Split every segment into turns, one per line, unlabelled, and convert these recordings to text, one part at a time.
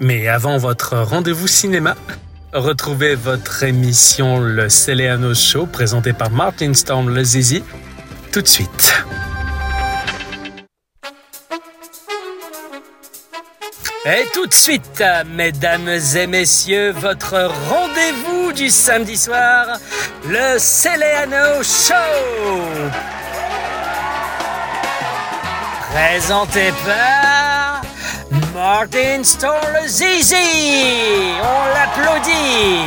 Mais avant votre rendez-vous cinéma, retrouvez votre émission Le Céléano Show présentée par Martin Storm Le Zizi tout de suite. Et tout de suite, mesdames et messieurs, votre rendez-vous du samedi soir, le Céléano Show. Présenté par Martin Storle Zizi. On l'applaudit.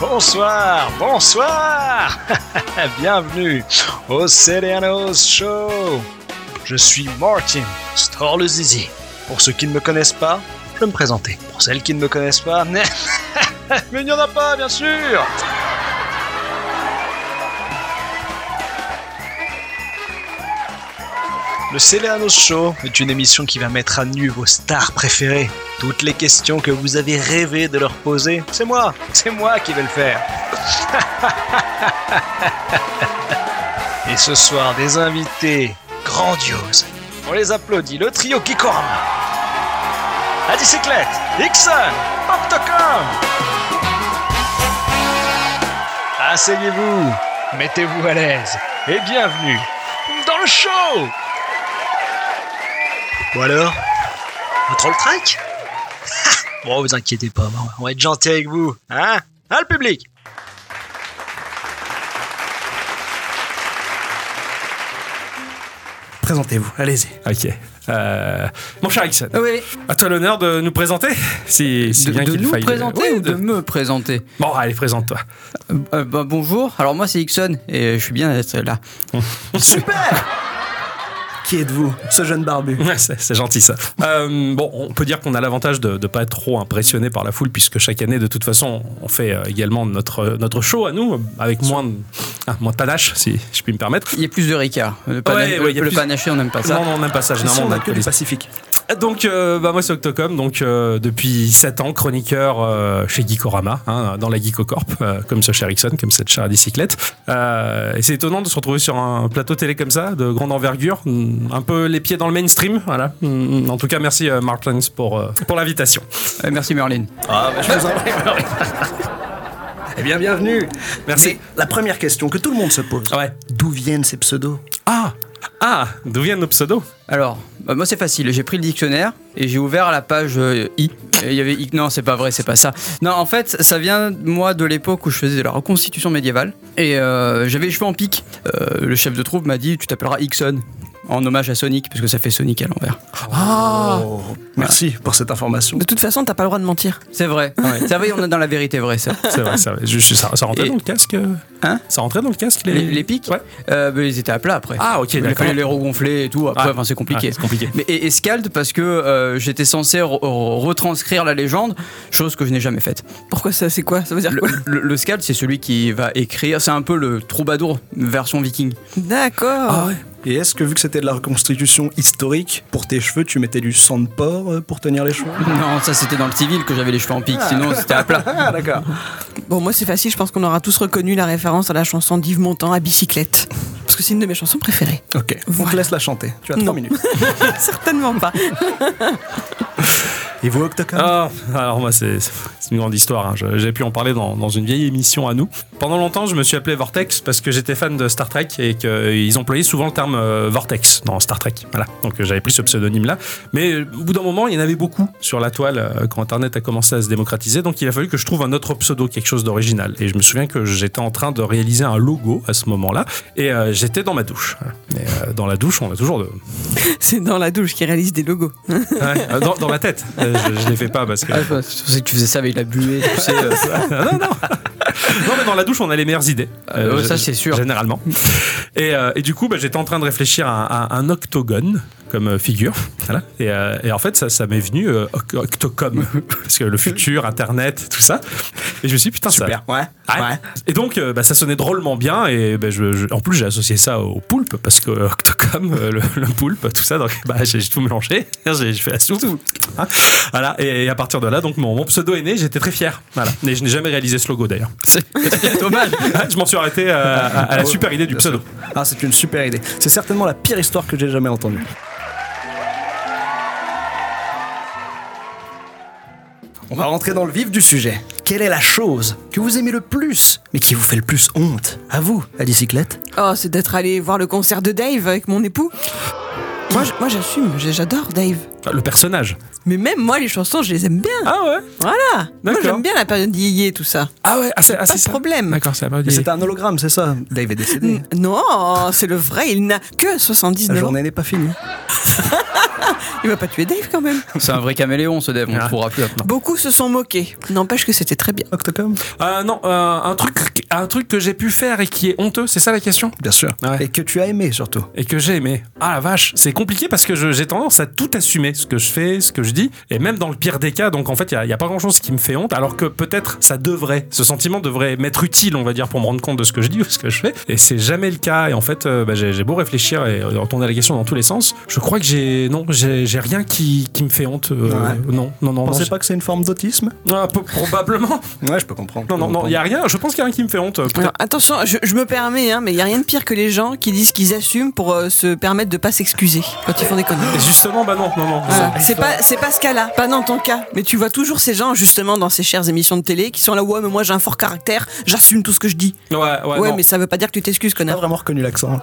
Bonsoir, bonsoir. Bienvenue au Céléanos Show. Je suis Martin Storle Zizi. Pour ceux qui ne me connaissent pas, je vais me présenter. Pour celles qui ne me connaissent pas, mais mais il n'y en a pas, bien sûr. Le Céléanos Show est une émission qui va mettre à nu vos stars préférées. Toutes les questions que vous avez rêvé de leur poser, c'est moi, c'est moi qui vais le faire. Et ce soir, des invités grandioses. On les applaudit, le trio Kikorm, la bicyclette, Dixon, Poptocom. Asseyez-vous, mettez-vous à l'aise et bienvenue dans le show. Bon alors, un troll track Bon, vous inquiétez pas, on va être gentil avec vous, hein Hein, le public
Présentez-vous, allez-y.
Ok. Euh, mon cher Ixon,
Oui,
à toi l'honneur de nous présenter. Si, si
de,
bien
de
qu'il
nous
faille-
présenter
Oui,
ou de,
de-
me présenter
Bon, allez, présente-toi.
Euh, bah, Bonjour, alors moi c'est Ixon et je suis bien d'être là.
Qui êtes-vous, ce jeune barbu
Ouais, c'est c'est gentil ça. Euh, bon, on peut dire qu'on a l'avantage de ne pas être trop impressionné par la foule, puisque chaque année, de toute façon, on fait euh, également notre, notre show à nous, avec moins de, ah, moins de panache, si je puis me permettre.
Il y a plus de Ricard. Le, pana-
ouais, il y a
le
plus-
panaché, on n'aime pas ça.
Non, non, on n'aime pas ça.
Ici,
Généralement,
on
on
n'a que
appelle
du
les-
Pacifique.
Donc, euh, bah, moi, c'est Octocom. Donc, euh, depuis 7 ans, chroniqueur euh, chez Geekorama, hein, dans la Geekocorp, euh, comme ce cher Ixon, comme cette chère à bicyclette. Euh, et c'est étonnant de se retrouver sur un plateau télé comme ça, de grande envergure, mm, un peu les pieds dans le mainstream. Voilà. Mm, En tout cas, merci, euh, Martins, pour, euh, pour l'invitation.
Euh, merci Merlin.
Eh bien, bienvenue.
Merci.
Mais la première question que tout le monde se pose.
Ouais.
D'où viennent ces pseudos
Ah Ah D'où viennent nos pseudos
Alors, bah, moi c'est facile, j'ai pris le dictionnaire et j'ai ouvert la page euh, I. Et Il y avait I. Non, c'est pas vrai, c'est pas ça. Non, en fait, ça vient moi de l'époque où je faisais de la reconstitution médiévale et euh, j'avais les cheveux en pique. Euh, le chef de troupe m'a dit Tu t'appelleras Ixon en hommage à Sonic, parce que ça fait Sonic à l'envers.
Oh, Merci pour cette information.
De toute façon, t'as pas le droit de mentir.
C'est vrai.
Ah
Ça va, on est dans la vérité vraie, ça.
C'est vrai, c'est vrai. Je- je- ça, ça rentrait
Et-
dans le casque euh,
Hein
Ça rentrait dans le casque, les,
Les, les pics
Ouais.
Euh, bah, Ils étaient à plat après.
Ah, ok,
Il
d'accord.
fallait les regonfler et tout. Après,
Ah.
enfin, c'est
Ah,
compliqué.
c'est compliqué.
Mais et, et scald parce que euh, j'étais censé re- re- retranscrire la légende, chose que je n'ai jamais faite.
Pourquoi ça C'est quoi Ça veut dire
Le,
quoi
le- le scald, c'est celui qui va écrire. C'est un peu le troubadour version viking.
Ah
D'accord.
Et est-ce que, vu que c'était de la reconstitution historique, pour tes cheveux, tu mettais du sang de porc euh, pour tenir les cheveux
Non, ça c'était dans le civil que j'avais les cheveux en pique. Sinon, c'était à plat.
Ah, d'accord.
Bon, moi, c'est facile. Je pense qu'on aura tous reconnu la référence à la chanson d'Yves Montand à bicyclette. Parce que c'est une de mes chansons préférées.
Ok. On te
Voilà.
laisse la chanter. Tu as trois
Non.
minutes.
Certainement pas.
Et vous, Octocom
Ah, alors moi c'est c'est une grande histoire. hein. Je- J'ai pu en parler dans, dans une vieille émission à nous. Pendant longtemps, je me suis appelé Vortex parce que j'étais fan de Star Trek et qu'ils employaient souvent le terme euh, Vortex dans Star Trek. Voilà. Donc euh, j'avais pris ce pseudonyme là. Mais euh, au bout d'un moment, il y en avait beaucoup sur la toile euh, quand Internet a commencé à se démocratiser. Donc il a fallu que je trouve un autre pseudo, quelque chose d'original. Et je me souviens que j'étais en train de réaliser un logo à ce moment-là et euh, j'étais dans ma douche. Et, euh, dans la douche, on a toujours de,
C'est dans la douche qui réalise des logos.
Ouais, euh, dans, dans ma tête. Euh, Je, je les fais pas parce que
Ah, je pensais que tu faisais ça avec la buée, tu sais. euh.
Non, mais dans la douche, on a les meilleures idées.
Euh, ça, c'est sûr.
Généralement. Et, euh, et du coup, bah, j'étais en train de réfléchir à, un- à un octogone comme euh, figure. Voilà. Et, euh, et en fait, ça, ça m'est venu euh, oc- octocom. parce que le futur, Internet, tout ça. Et je me suis dit, putain, ça.
Super. Ouais.
Ouais.
Ouais.
Et donc, euh, bah, ça sonnait drôlement bien. Et bah, je, je- en plus, j'ai associé ça au poulpe parce que euh, Octocom, euh, le, le poulpe, tout ça. Donc, bah, j'ai j'ai tout mélangé. j'ai j'ai fait la soupe. Hein. voilà. Et, et à partir de là, donc, mon, mon pseudo est né. J'étais très fier. Voilà. Et je n'ai jamais réalisé ce logo d'ailleurs.
Dommage.
je m'en suis arrêté euh, à, à la
Ouais,
super idée du
bien
pseudo.
Ah, c'est une super idée. C'est certainement la pire histoire que j'ai jamais entendue. On va rentrer dans le vif du sujet. Quelle est la chose que vous aimez le plus, mais qui vous fait le plus honte À vous, la bicyclette
Oh, c'est d'être allé voir le concert de Dave avec mon époux. Moi, je- moi, j'assume, j'ai- j'adore Dave.
Le personnage.
Mais même moi, les chansons, je les aime bien.
Ah ouais
Voilà. Moi,
D'accord.
j'aime bien la période yéyé, tout ça.
Ah ouais, ah, c'est ah,
Pas
c'est
de
ça.
problème.
D'accord, c'est la
Mais
parodie.
C'était un hologramme, c'est ça Dave est décédé.
N- Non, c'est le vrai, il n'a que
La
79 ans.
journée n'est pas finie.
Il va pas tuer Dave quand même.
C'est un vrai caméléon, ce dev, on
Ah.
ne pourra plus maintenant.
Beaucoup se sont moqués. N'empêche que c'était très bien.
Octocom
Euh, non, euh, un, truc, un truc que j'ai pu faire et qui est honteux, c'est ça la question
Bien sûr.
Ouais.
Et que tu as aimé surtout.
et que j'ai aimé. Ah la vache, c'est compliqué parce que je- j'ai tendance à tout assumer, ce que je fais, ce que je dis, et même dans le pire des cas, donc en fait, il n'y a, pas grand-chose qui me fait honte, alors que peut-être ça devrait, ce sentiment devrait m'être utile, on va dire, pour me rendre compte de ce que je dis ou ce que je fais, et c'est jamais le cas, et en fait, euh, bah, j'ai j'ai beau réfléchir et euh, retourner à la question dans tous les sens, je crois que j'ai... Non, j'ai j'ai rien qui, qui me fait honte. euh,
Ouais.
Non, non, non. non
Pensez pas que c'est une forme d'autisme
j'ai- Ah, peu- probablement.
Ouais, je peux comprendre.
Non, non, non, il n'y a rien, je pense qu'il n'y a rien qui me fait honte. euh, peut-être-
Alors, attention, je, je me permets, hein, mais il n'y a rien de pire que les gens qui disent qu'ils assument pour euh, se permettre de pas s'excuser quand ils font des conneries.
Et justement, bah non, non, non.
Voilà. C'est pas, c'est pas ce cas-là, pas dans ton cas. Mais tu vois toujours ces gens, justement, dans ces chères émissions de télé, qui sont là, ouais, mais moi j'ai un fort caractère, j'assume tout ce que je dis.
Ouais, ouais,
Ouais,
non.
mais ça veut pas dire que tu t'excuses,
J'ai pas
connard.
vraiment reconnu l'accent.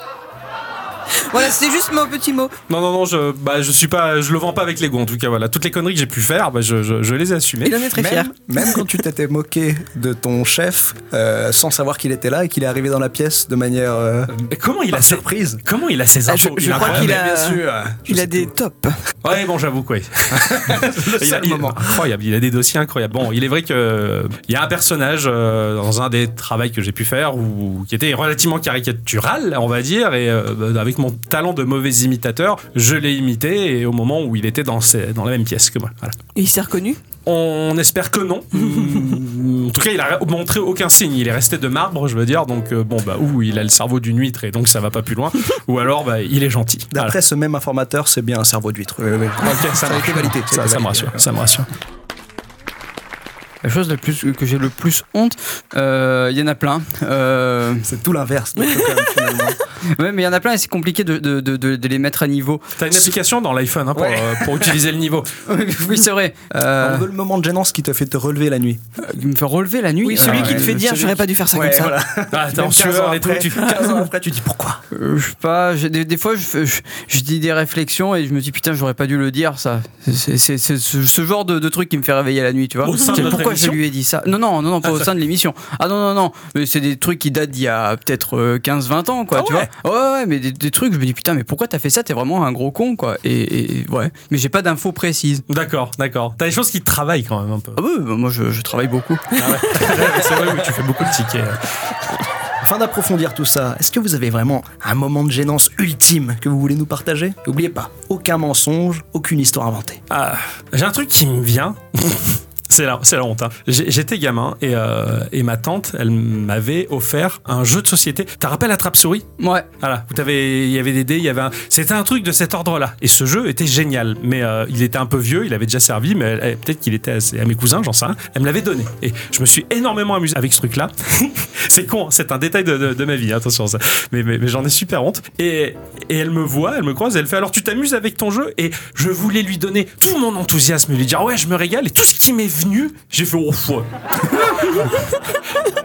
Voilà, c'était juste mon petit mot.
Non, non, non, je, bah, je suis pas, je le vends pas avec l'ego en tout cas. Voilà, toutes les conneries que j'ai pu faire, bah, je, je, je les ai assumées.
Il en est très fier.
Même, même quand tu t'étais moqué de ton chef euh, sans savoir qu'il était là et qu'il est arrivé dans la pièce de manière euh,
Mais comment il a
par
ses,
surprise.
comment il a ses
Ah,
infos
je-
Il
je
est
crois
incroyable.
qu'il a-
Bien sûr. euh, je
Il
sais
a des
tout.
tops.
Ouais, bon, j'avoue que oui. il, a,
seul
il-
moment.
incroyable, il a des dossiers incroyables. Bon, il est vrai que euh, il y a un personnage euh, dans un des travaux que j'ai pu faire ou qui était relativement caricatural, on va dire, et euh, bah, avec mon talent de mauvais imitateur, je l'ai imité et au moment où il était dans, ses- dans la même pièce que moi. Voilà.
Et il s'est reconnu.
On espère que non. Mm, en tout cas, il a montré aucun signe. Il est resté de marbre, je veux dire. Donc, euh, bon, bah, ou il a le cerveau d'une huître et donc ça va pas plus loin. ou alors, bah, il est gentil.
D'après ce même informateur, c'est bien un cerveau d'huître. Oui, oui, oui.
Voilà. Ok, ça,
a
marche.
été validé, ça a
Ça,
été
ça me
validé.
rassure. Ça me rassure.
La chose la plus, que j'ai le plus honte, euh, il y en a plein. Euh,
C'est tout l'inverse. de Stockholm, finalement.
ouais, mais il y en a plein et c'est compliqué de, de, de, de- de les mettre à niveau.
T'as une application dans l'iPhone hein, pour,
Ouais.
euh, pour utiliser le niveau.
oui, c'est vrai. Euh,
On veut le moment de gênance qui te fait te relever la nuit.
il me fait relever la nuit.
Oui, celui
Euh,
qui te fait dire,
celui
j'aurais pas dû faire ça comme ça.
Ah, t'es en
Même 15 ans
sueur et tout.
après-
tu-
15 ans après, tu dis pourquoi
Euh, je sais pas, j'ai des, des fois je, fais- je, je dis des réflexions et je me dis putain j'aurais pas dû le dire ça. C'est c'est- c'est ce, ce genre de, de truc qui me fait réveiller la nuit, tu vois.
Au sein de
C'est
notre
pourquoi je
émission
lui ai dit ça Non non non non pas au sein de l'émission. Ah non non non, mais c'est des trucs qui datent d'il y a peut-être euh, 15-20 ans quoi,
Ah
tu
ouais.
vois. Ouais ouais mais des, des trucs je me dis putain mais pourquoi t'as fait ça T'es vraiment un gros con quoi. Et, et- ouais, mais j'ai pas d'infos précises.
D'accord, d'accord. T'as des choses qui te travaillent quand même un peu.
Ah ouais, bah, moi je, je travaille beaucoup.
C'est vrai, oui, tu fais beaucoup de tickets.
Afin d'approfondir tout ça, est-ce que vous avez vraiment un moment de gênance ultime que vous voulez nous partager N'oubliez pas, aucun mensonge, aucune histoire inventée.
Ah, j'ai un truc qui me vient. C'est la, c'est la honte. hein. J'ai- J'étais gamin et, euh, et ma tante, elle m'avait offert un jeu de société. T'as rappelé la trappe-souris
Ouais.
Voilà, où t'avais- il y avait des dés, il y avait un... C'était un truc de cet ordre-là. Et ce jeu était génial. Mais euh, il était un peu vieux, il avait déjà servi, mais euh, peut-être qu'il était à, à mes cousins, j'en sais rien. Elle me l'avait donné. Et je me suis énormément amusé avec ce truc-là. c'est con, hein, c'est un détail de, de- de ma vie, hein, attention à ça. Mais, mais, mais j'en ai super honte. Et, et elle me voit, elle me croise, elle fait alors tu t'amuses avec ton jeu Et je voulais lui donner tout mon enthousiasme, lui dire ouais, je me régale. Et tout ce qui m'est venu, j'ai fait oh, ouais.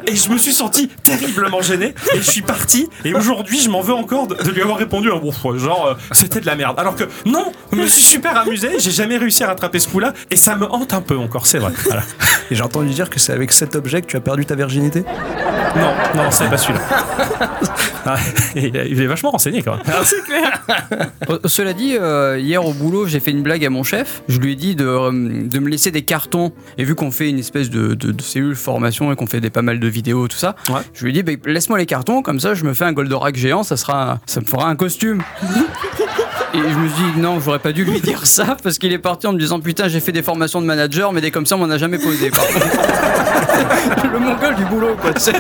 Et je me suis senti terriblement gêné et je suis parti. Et aujourd'hui, je m'en veux encore de, de lui avoir répondu un bon fois. Genre, euh, c'était de la merde. Alors que non, je me suis super amusé, j'ai jamais réussi à rattraper ce coup-là et ça me hante un peu encore, c'est vrai. Voilà.
Et j'ai entendu dire que c'est avec cet objet que tu as perdu ta virginité
Non, non, c'est pas celui-là. Ah, il il est vachement renseigné quand même.
Euh, Cela dit, euh, hier au boulot, j'ai fait une blague à mon chef. Je lui ai dit de, euh, de me laisser des cartons. Et vu qu'on fait une espèce de, de- de cellule formation et qu'on fait des pas mal de vidéos, tout ça,
Ouais.
je lui ai dit bah, laisse-moi les cartons, comme ça je me fais un Goldorak géant, ça, sera, un- ça me fera un costume. Et je me suis dit, non, j'aurais pas dû lui dire ça parce qu'il est parti en me disant Putain, j'ai fait des formations de manager, mais des comme ça, on m'en a jamais posé. Bah, par contre. Le mongol du boulot, quoi, tu sais.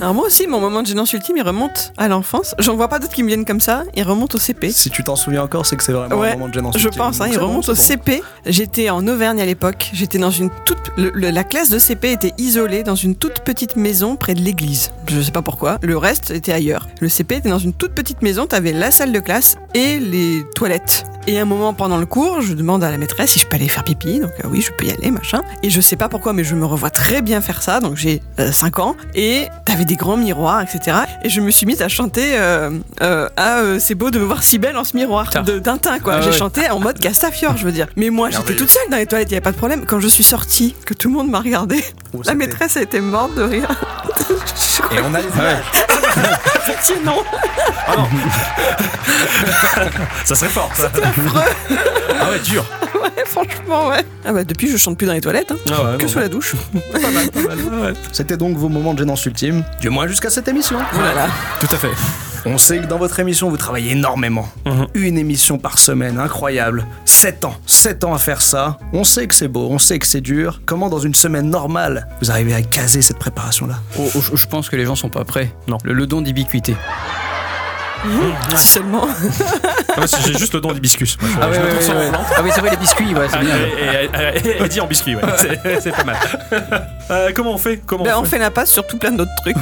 Alors moi aussi, mon moment de gênance ultime, il remonte à l'enfance. J'en vois pas d'autres qui me viennent comme ça. Il remonte au CP.
Si tu t'en souviens encore, c'est que c'est vraiment
Ouais,
un moment de gênance.
Je
ultime.
pense, hein,
Donc
il
c'est bon,
remonte au
c'est
CP. J'étais en Auvergne à l'époque. J'étais dans une toute. le- le- la classe de CP était isolée dans une toute petite maison près de l'église. Je sais pas pourquoi. Le reste était ailleurs. Le CP était dans une toute petite maison. T'avais la salle de classe et les toilettes. Et à un moment pendant le cours, je demande à la maîtresse si je peux aller faire pipi. Donc euh, oui, je peux y aller, machin. Et je sais pas pourquoi, mais je me revois très bien faire ça. Donc j'ai 5 ans. Et t'avais des grands miroirs, etc. Et je me suis mise à chanter euh, euh, Ah, euh, c'est beau de me voir si belle en ce miroir.
Putain.
De Tintin, quoi.
Ah
j'ai
ouais.
chanté en mode Castafiore, je veux dire. Mais moi, j'étais toute seule dans les toilettes, il n'y avait pas de problème. Quand je suis sortie, que tout le monde m'a regardée,
Oh,
la
c'était-
maîtresse a été morte de rire. je crois
Et on a les images.
que non.
Oh. Ça serait fort. ça. ah ouais, dur.
Ouais, franchement, ouais. Ah bah, depuis, je chante plus dans les toilettes. hein.
Ah ouais,
Que
bon,
sous la douche.
pas mal, pas mal, ouais, ouais.
C'était donc vos moments de gênance ultime, du moins jusqu'à cette émission.
Oh là là.
Tout à fait.
On sait que dans votre émission, vous travaillez énormément.
Mhm.
Une émission par semaine, incroyable. 7 ans, 7 ans à faire ça. On sait que c'est beau, on sait que c'est dur. Comment dans une semaine normale, vous arrivez à caser cette préparation-là
Oh, oh, je- je pense que les gens sont pas prêts.
Non.
Le, le don d'ubiquité.
Seulement.
Ah ouais, J'ai juste le don d'hibiscus. moi. Je- je me tourne sur mon plan.
Ah oui, c'est vrai, les biscuits, ouais, c'est
Ah,
bien.
et- et- et- et- et dit en biscuit, ouais. C'est- c'est pas mal. Euh, comment on fait Comment
Ben,
on
on
fait
fait la passe sur tout plein d'autres trucs.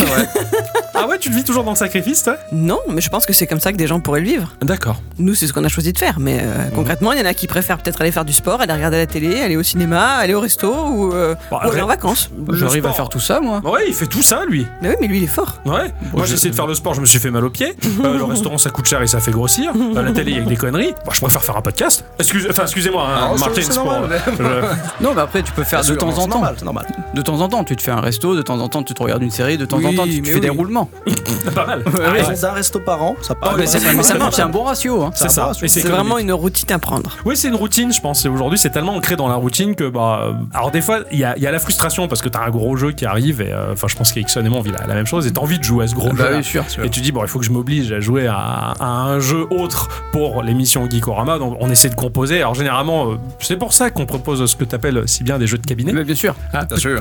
Ah ouais, tu le vis toujours dans le sacrifice, toi
Non, mais je pense que c'est comme ça que des gens pourraient le vivre.
D'accord.
Nous, c'est ce qu'on a choisi de faire, mais euh, concrètement, il y en a qui préfèrent peut-être aller faire du sport, aller regarder la télé, aller au cinéma, aller au resto ou, euh,
Bon,
ou aller
arrête.
en vacances.
J'arrive à faire tout ça, moi.
Ouais, il fait tout ça, lui.
Mais oui, mais lui, il est fort.
Ouais. Moi, j'ai essayé de faire le sport, je me suis fait mal aux pieds. Euh, le restaurant, ça coûte cher et ça fait grossir. Euh, la télé, il y a que des conneries. Moi, je préfère faire un podcast. Excuse... Enfin, excusez-moi, hein,
Non, c'est-
Martins,
c'est
pour-
normal,
Euh,
Non, mais après, tu peux faire de
Bien sûr,
temps
non,
en
c'est
temps.
normal, c'est normal.
De temps en temps, tu te fais un resto, de temps en temps, tu te regardes une série, de temps en
Oui,
temps, tu te
mais
fais des
oui.
roulements.
pas mal.
Ouais, ouais.
Ah,
Raison d'un resto par an, Ah, ça part.
Mais c'est- mais ça marche, c'est un bon ratio. hein.
C'est ça. Et
C'est
économique.
vraiment une routine à prendre.
Oui, c'est une routine, je pense. Et aujourd'hui, c'est tellement ancré dans la routine que, bah. euh, Alors, des fois, il y a, il y a la frustration parce que t'as un gros jeu qui arrive. Et euh, enfin, je pense qu'Ixon et moi, on vit la, la même chose. Et t'as envie de jouer à ce gros
Bah
jeu.
oui, sûr, sûr.
Et tu dis, bon, il faut que je m'oblige à jouer à, à un jeu autre pour l'émission Geekorama. Donc, on essaie de composer. Alors, généralement, euh, c'est pour ça qu'on propose ce que t'appelles si bien des jeux de cabinet.
Mais bien sûr.
Ah, Très-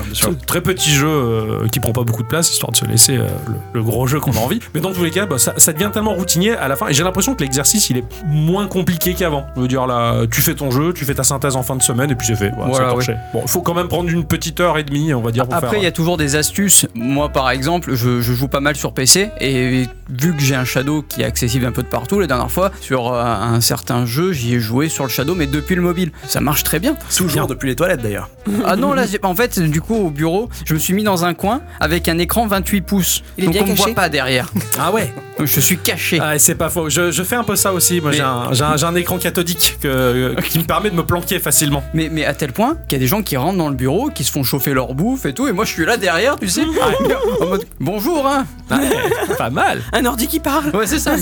Très petit jeu euh, qui prend pas beaucoup de place, histoire de se laisser euh, le, le gros jeu qu'on a envie. Mais dans tous les cas, bah, ça, ça devient tellement routinier à la fin. Et j'ai l'impression que l'exercice, il est moins compliqué qu'avant. Je veux dire, là, tu fais ton jeu, tu fais ta synthèse en fin de semaine, et puis c'est fait. Voilà,
Voilà,
c'est torché. Bon, il faut quand même prendre une petite heure et demie, on va dire, pour
Après, il y
faire.
a toujours des astuces. Moi, par exemple, je, je joue pas mal sur PC et vu que j'ai un Shadow qui est accessible un peu de partout, la dernière fois, sur euh, un certain jeu, j'y ai joué sur le Shadow, mais depuis le mobile. Ça marche très bien.
Toujours depuis les toilettes d'ailleurs.
Ah non, là, j'ai- en fait, du coup, au bureau, je me suis mis dans un coin avec un écran 28 pouces.
Il est
donc
bien
on me voit
caché
pas derrière.
Ah ouais
Donc, je suis caché.
Ah, c'est pas faux. Je, je fais un peu ça aussi. Moi,
Mais-
j'ai un, j'ai un- j'ai un écran cathodique que- euh, qui me permet de me planquer facilement.
Mais, mais à tel point qu'il y a des gens qui rentrent dans le bureau, qui se font chauffer leur bouffe et tout, et moi je suis là derrière, tu sais,
Ah,
en mode bonjour, hein
Ouais, pas mal.
Un ordi qui parle.
Ouais, c'est ça.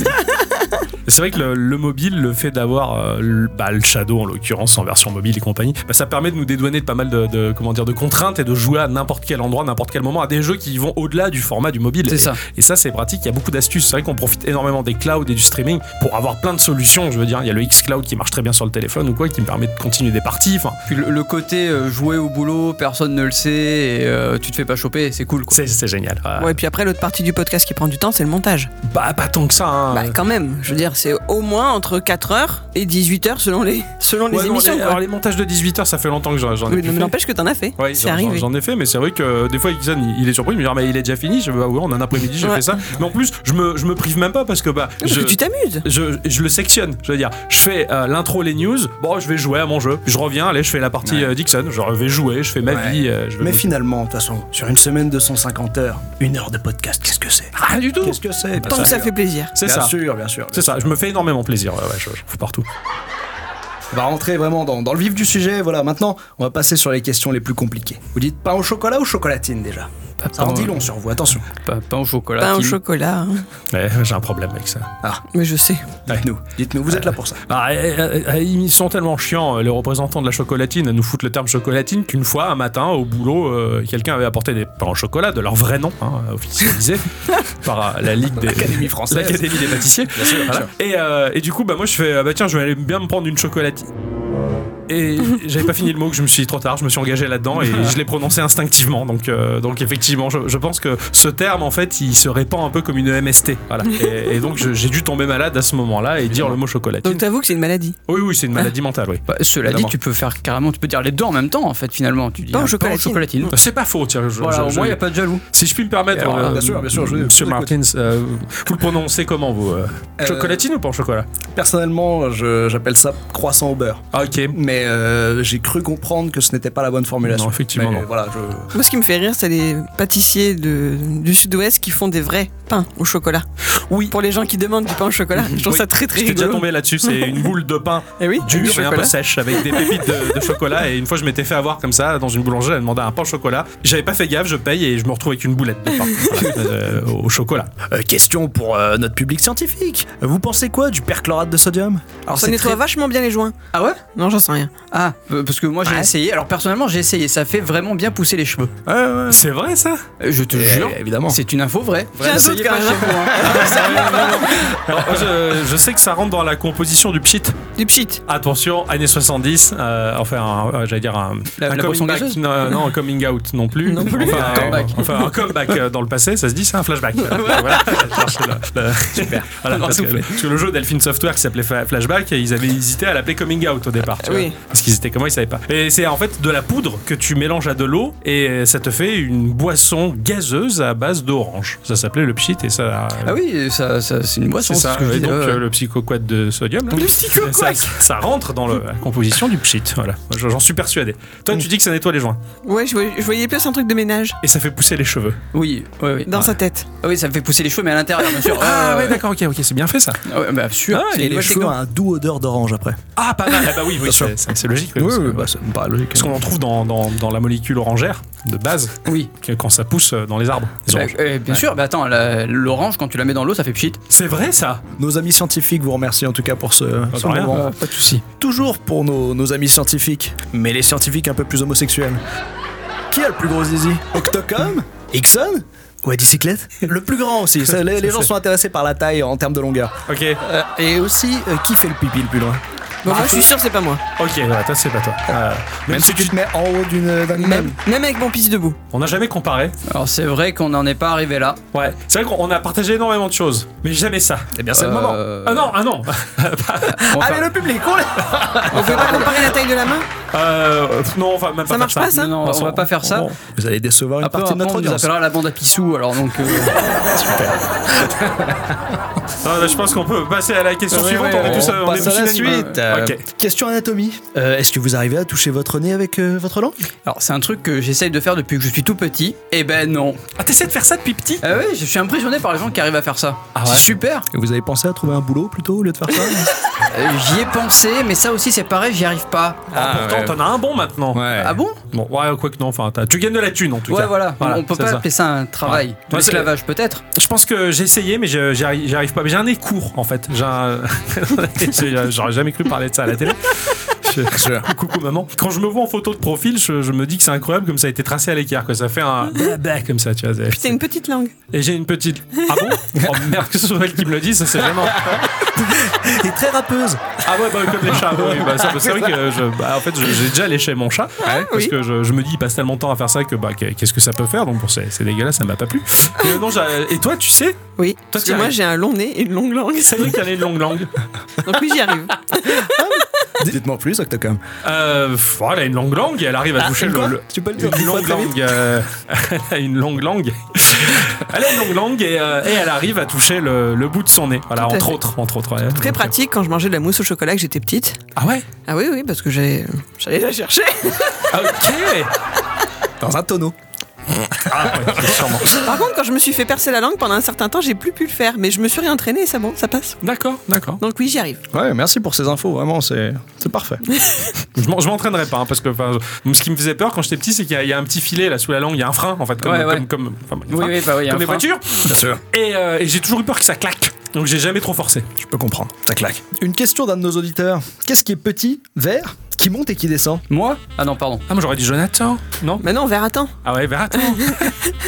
C'est vrai que le, le mobile, le fait d'avoir euh, le, bah, le Shadow en l'occurrence en version mobile et compagnie, bah, ça permet de nous dédouaner de pas mal de, de- comment dire de contraintes et de jouer à n'importe quel endroit, n'importe quel moment, à des jeux qui vont au-delà du format du mobile.
C'est
Et-
ça.
Et ça, c'est pratique. Il y a beaucoup d'astuces. C'est vrai qu'on profite énormément des clouds et du streaming pour avoir plein de solutions. Je veux dire, il y a le X Cloud qui marche très bien sur le téléphone ou quoi, qui me permet de continuer des parties. Enfin,
Puis le, le côté euh, jouer au boulot, personne ne le sait, et euh, tu te fais pas choper, c'est cool quoi.
c'est c'est génial. Ouais.
Ouais, et puis après, l'autre partie du podcast qui prend du temps, c'est le montage.
Bah, pas tant que ça. hein.
Bah, quand même. Je veux dire, c'est au moins entre 4h et 18h selon les, selon les
Ouais, non,
émissions.
les-
quoi.
alors les montages de 18 heures, ça fait longtemps que j'en j'en ai
Oui,
plus
euh, mais
fait.
n'empêche que t'en as fait.
Ouais,
c'est
j'en- j'en
arrivé.
j'en ai fait, mais c'est vrai que euh, des fois, Ixon, il, il est surpris, il me dit Ah, mais il est déjà fini. Je veux, ah, ouais, en un après-midi, j'ai
Ouais.
fait ça. Mais en plus, je me, je me prive même pas parce que bah,
Oui, parce
je,
que tu t'amuses.
je, je le sectionne. Je veux dire, je fais euh, l'intro, les news. Bon, je vais jouer à mon jeu. Puis je reviens, allez, je fais la partie euh, Dixon. Je vais jouer, je fais ma
Ouais.
vie. euh, je vais
Mais
bouger.
finalement, de toute façon, sur une semaine de 150 heures, une heure de podcast, qu'est-ce que c'est
Rien du tout.
Qu'est-ce que c'est
Tant
bien
que ça
sûr.
fait plaisir.
C'est
Bien
ça.
sûr, bien sûr.
C'est ça, je me fais énormément plaisir. Ouais, ouais, je, je fous partout.
On va rentrer vraiment dans, dans le vif du sujet. Voilà, maintenant, on va passer sur les questions les plus compliquées. Vous dites pain au chocolat ou chocolatine déjà Ça en dit long sur vous, attention.
Pas, pas au chocolat.
Pain au
Tim.
chocolat. hein.
Ouais, euh, j'ai un problème avec ça.
Mais je sais.
Dites-nous, dites-nous, vous êtes là pour ça.
Ah, euh, euh, euh, ils sont tellement chiants, euh, les représentants de la chocolatine, à nous foutre le terme chocolatine, qu'une fois, un matin, au boulot, euh, quelqu'un avait apporté des pains au chocolat de leur vrai nom, hein, officialisé, par euh, la Ligue des.
L'Académie française.
L'Académie des pâtissiers.
sûr, bien
Voilà. Et, euh, et du coup, bah, moi, je fais, ah, bah tiens, je vais aller bien me prendre une chocolatine. et j'avais pas fini le mot que je me suis dit trop tard, je me suis engagé là-dedans et je l'ai prononcé instinctivement. Donc, euh, donc effectivement, je, je pense que ce terme, en fait, il se répand un peu comme une MST. Voilà. Et, et donc, je- j'ai dû tomber malade à ce moment-là et dire le mot chocolatine.
Donc t'avoues que c'est une maladie.
Oui, oui, c'est une maladie mentale, oui.
Bah, cela dit,
Évidemment.
tu peux faire carrément, tu peux dire les deux en même temps en fait finalement. Tu dis
Pain au
un pain au
chocolatine.
chocolatine.
C'est pas faux, tiens. je-
Voilà,
je-
au
je-
moins il n'y a pas de jaloux.
Si je puis me permettre,
Alors,
euh,
bien sûr, bien sûr, je- je
Monsieur
vous écoute.
Martins, euh, vous le prononcez comment, vous euh,
Euh,
Chocolatine ou pas en chocolat
Personnellement, je- j'appelle ça croissant au beurre.
Ah, ok.
Mais euh, j'ai cru comprendre que ce n'était pas la bonne formulation.
Non, effectivement,
Mais
non.
Voilà, je-
Moi, ce qui me fait rire, c'est les pâtissiers de- du sud-ouest qui font des vrais pains au chocolat.
Oui.
Pour les gens qui demandent du pain au chocolat, je trouve
Oui,
ça très très
J'étais déjà
rigolo.
tombé là-dessus, c'est une boule de pain
Eh oui,
dure
du
et un
chocolat.
peu sèche avec des pépites de, de chocolat. Et une fois, je m'étais fait avoir comme ça dans une boulangerie, elle demandait un pain au chocolat. J'avais pas fait gaffe, je paye et je me retrouve avec une boulette de pain Voilà, euh, au chocolat.
Euh, question pour euh, notre public scientifique. Vous pensez quoi du perchlorate de sodium
Alors
Ça
c'est
nettoie
très-
vachement bien les joints.
Ah ouais
Non, j'en sens rien.
Ah euh, parce que moi j'ai
Ouais.
essayé. Alors personnellement j'ai essayé, ça fait vraiment bien pousser les cheveux.
C'est vrai ça
Euh, Je te
Eh,
jure.
Évidemment.
C'est une info vraie.
J'ai un doute quand même.
hein.
Alors, moi, je, je sais que ça rentre dans la composition du pchit.
Du pchit.
Attention, années 70, euh, enfin, un- euh, j'allais dire un,
La-
un
la boisson
coming back,
gazeuse
non, non, un coming out non plus.
Non plus,
Enfin,
un comeback.
enfin, un comeback euh, dans le passé, ça se dit, c'est un flashback. Super.
Alors,
parce, que,
soufflez.
parce que le jeu d'Elphine Software qui s'appelait Fa- Flashback, ils avaient hésité à l'appeler coming out au départ. tu
Ah oui.
vois. Parce qu'ils étaient comment, ils savaient pas. Et c'est en fait de la poudre que tu mélanges à de l'eau et ça te fait une boisson gazeuse à base d'orange. Ça s'appelait le pchit et ça.
Ah oui, ça, ça- c'est une boisson.
C'est
ce
ça,
que je
et
disais,
donc
ouais.
euh, le psychoquat de sodium. là.
Le
ça,
psychoquac.
ça rentre dans le- la composition du pchit, voilà. Moi, J'en suis persuadé. Toi, tu dis que ça nettoie les joints
Ouais, je voyais, je voyais plus un truc de ménage
et ça fait pousser les cheveux.
Oui, oui, oui.
dans
Ah,
sa tête.
ah oui, ça me fait pousser les cheveux, mais à l'intérieur, bien sûr. Euh,
Ah, d'accord, ok, ok, c'est bien fait ça.
ah ouais, bah, sûr.
Ah,
c'est
Et
une
les
nouvelle
cheveux ont
techno.
un doux odeur d'orange après.
Ah, pas mal. Ah bah oui, oui, c'est- c'est c'est logique. oui, parce que-
bah, c'est pas logique.
parce qu'on en trouve dans, dans- dans la molécule orangère de base
Oui.
que- quand ça pousse euh, dans les arbres. les
Bah,
oranges.
euh, bien
Ouais.
sûr, bah attends, la- l'orange, quand tu la mets dans l'eau, ça fait pchit.
C'est vrai ça.
Nos amis scientifiques vous remercient en tout cas pour ce, ce
rien.
moment.
pas de soucis.
Toujours pour nos, nos amis scientifiques, mais les scientifiques un peu plus homosexuels. Qui a le plus gros zizi Octocom Ixon Ou à bicyclette Le plus grand aussi. ça, les, les gens sont intéressés par la taille en termes de longueur.
Ok,
Euh, et aussi, euh, qui fait le pipi le plus loin
Bon, moi, je suis sûr Ah, c'est pas moi.
ok. Voilà, toi, c'est pas toi. Euh, même si tu,
te mets en haut d'une d'un immeuble.
Même avec mon pisse debout.
on n'a jamais comparé.
Alors c'est vrai qu'on n'en est pas arrivé là.
Ouais, c'est vrai qu'on on a partagé énormément de choses, mais jamais ça.
Eh bien, c'est le moment.
Euh,
Ah non, ah
on
non.
va
Allez,
faire-
le public, on les-
On peut pas comparer la taille de la main
Euh, non, on va même pas
Ça
faire
marche pas, ça
Non, non, on va pas faire ça.
Bah, on-
Vous allez décevoir une
Après,
partie de
on
notre
nous
audience.
appellera la bande à pissou, alors donc. euh,
Non, Ah, là, je pense qu'on peut passer à la question
Ouais,
suivante.
ouais,
on est
ouais,
tous,
on
euh, on est
passe à
tous
la
unanimes. Ah,
suite. Euh,
Ok.
Question anatomie. Euh, Est-ce que vous arrivez à toucher votre nez avec euh, votre langue
Alors c'est un truc que j'essaye de faire depuis que je suis tout petit. Eh ben non.
Ah, t'essaies de faire ça depuis petit
Ah oui, je suis impressionné par les gens qui arrivent à faire ça.
Ah
c'est
ouais
super.
Et Vous avez pensé à trouver un boulot plutôt au lieu de faire ça
Euh, J'y ai pensé, mais ça aussi c'est pareil, j'y arrive pas.
Ah, Pourtant, t'en as un bon maintenant.
Ah, bon
Bon, ouais, quoi que non, enfin, t'as- tu gagnes de la thune en tout
Ouais,
cas.
voilà. On peut
c'est
pas
ça.
appeler ça un travail.
Ouais.
De
Ouais, c'est-
L'esclavage peut-être.
Je pense que j'ai essayé, mais je- j'y arri- j'y arrive pas. Mais J'ai un nez court en fait. J'ai un- j'ai- J'aurais jamais cru parler de ça à la télé. Je- Coucou maman. Quand je me vois en photo de profil, je, je me dis que c'est incroyable comme ça a été tracé à l'écart, que ça fait un blabla comme ça, tu vois. c'est-
Puis c'est une petite langue.
Et j'ai une petite. Ah bon Oh merde, que ce soit elle qui me le dit, ça c'est vraiment.
Et très rappeuse.
Ah ouais, bah, comme les chats. oui, bah, ça, bah, c'est vrai que je, bah, en fait, je- j'ai déjà léché mon chat hein, parce
Ah, oui.
que je, je me dis, il passe tellement de temps à faire ça que bah, qu'est- qu'est-ce que ça peut faire Donc bon, c'est c'est dégueulasse, ça m'a pas plu. Et, euh, non, j'ai- et toi, tu sais,
Oui. Parce
t'y
que moi
arrives.
j'ai un long nez et une longue langue.
c'est vrai qu'il y en a une longue langue.
Donc oui, j'y arrive.
Dites-moi plus, Octocom.
Euh, pff, oh, elle a une longue langue et elle
Ah,
arrive à toucher le. le-
Tu peux le dire.
Une longue langue, euh, elle a une longue langue. Elle a une longue langue et, euh, et elle arrive à toucher le, le bout de son nez. Voilà,
Tout à
entre
fait.
autres, entre autres. ouais.
Très pratique quand je mangeais de la mousse au chocolat que j'étais petite.
Ah ouais.
Ah oui, oui, parce que j'ai- j'allais la chercher.
Ok.
Dans un tonneau.
Ah ouais, sûrement.
Par contre, quand je me suis fait percer la langue pendant un certain temps, j'ai plus pu le faire, mais je me suis réentraînée et ça bon, ça passe.
D'accord, d'accord.
Donc oui, j'y arrive.
Ouais, merci pour ces infos, vraiment, c'est c'est parfait.
Je m'en- je m'entraînerai pas, hein, parce que enfin, je- ce qui me faisait peur quand j'étais petit, c'est qu'il y, a- il y a un petit filet là sous la langue, il y a un frein en fait, comme,
Ouais, ouais.
comme, comme- enfin, un
Oui,
frein,
oui, bah oui. il y a
comme
un
les
frein.
voitures.
Bien sûr.
Et, euh, et j'ai toujours eu peur que ça claque. Donc j'ai jamais trop forcé.
Je peux comprendre, ça claque. Une question d'un de nos auditeurs. Qu'est-ce qui est petit, vert qui monte et qui descend
Moi Ah non, pardon.
Ah, moi j'aurais dit Jonathan. Non
Maintenant, verre attend.
Ah ouais, Veratan.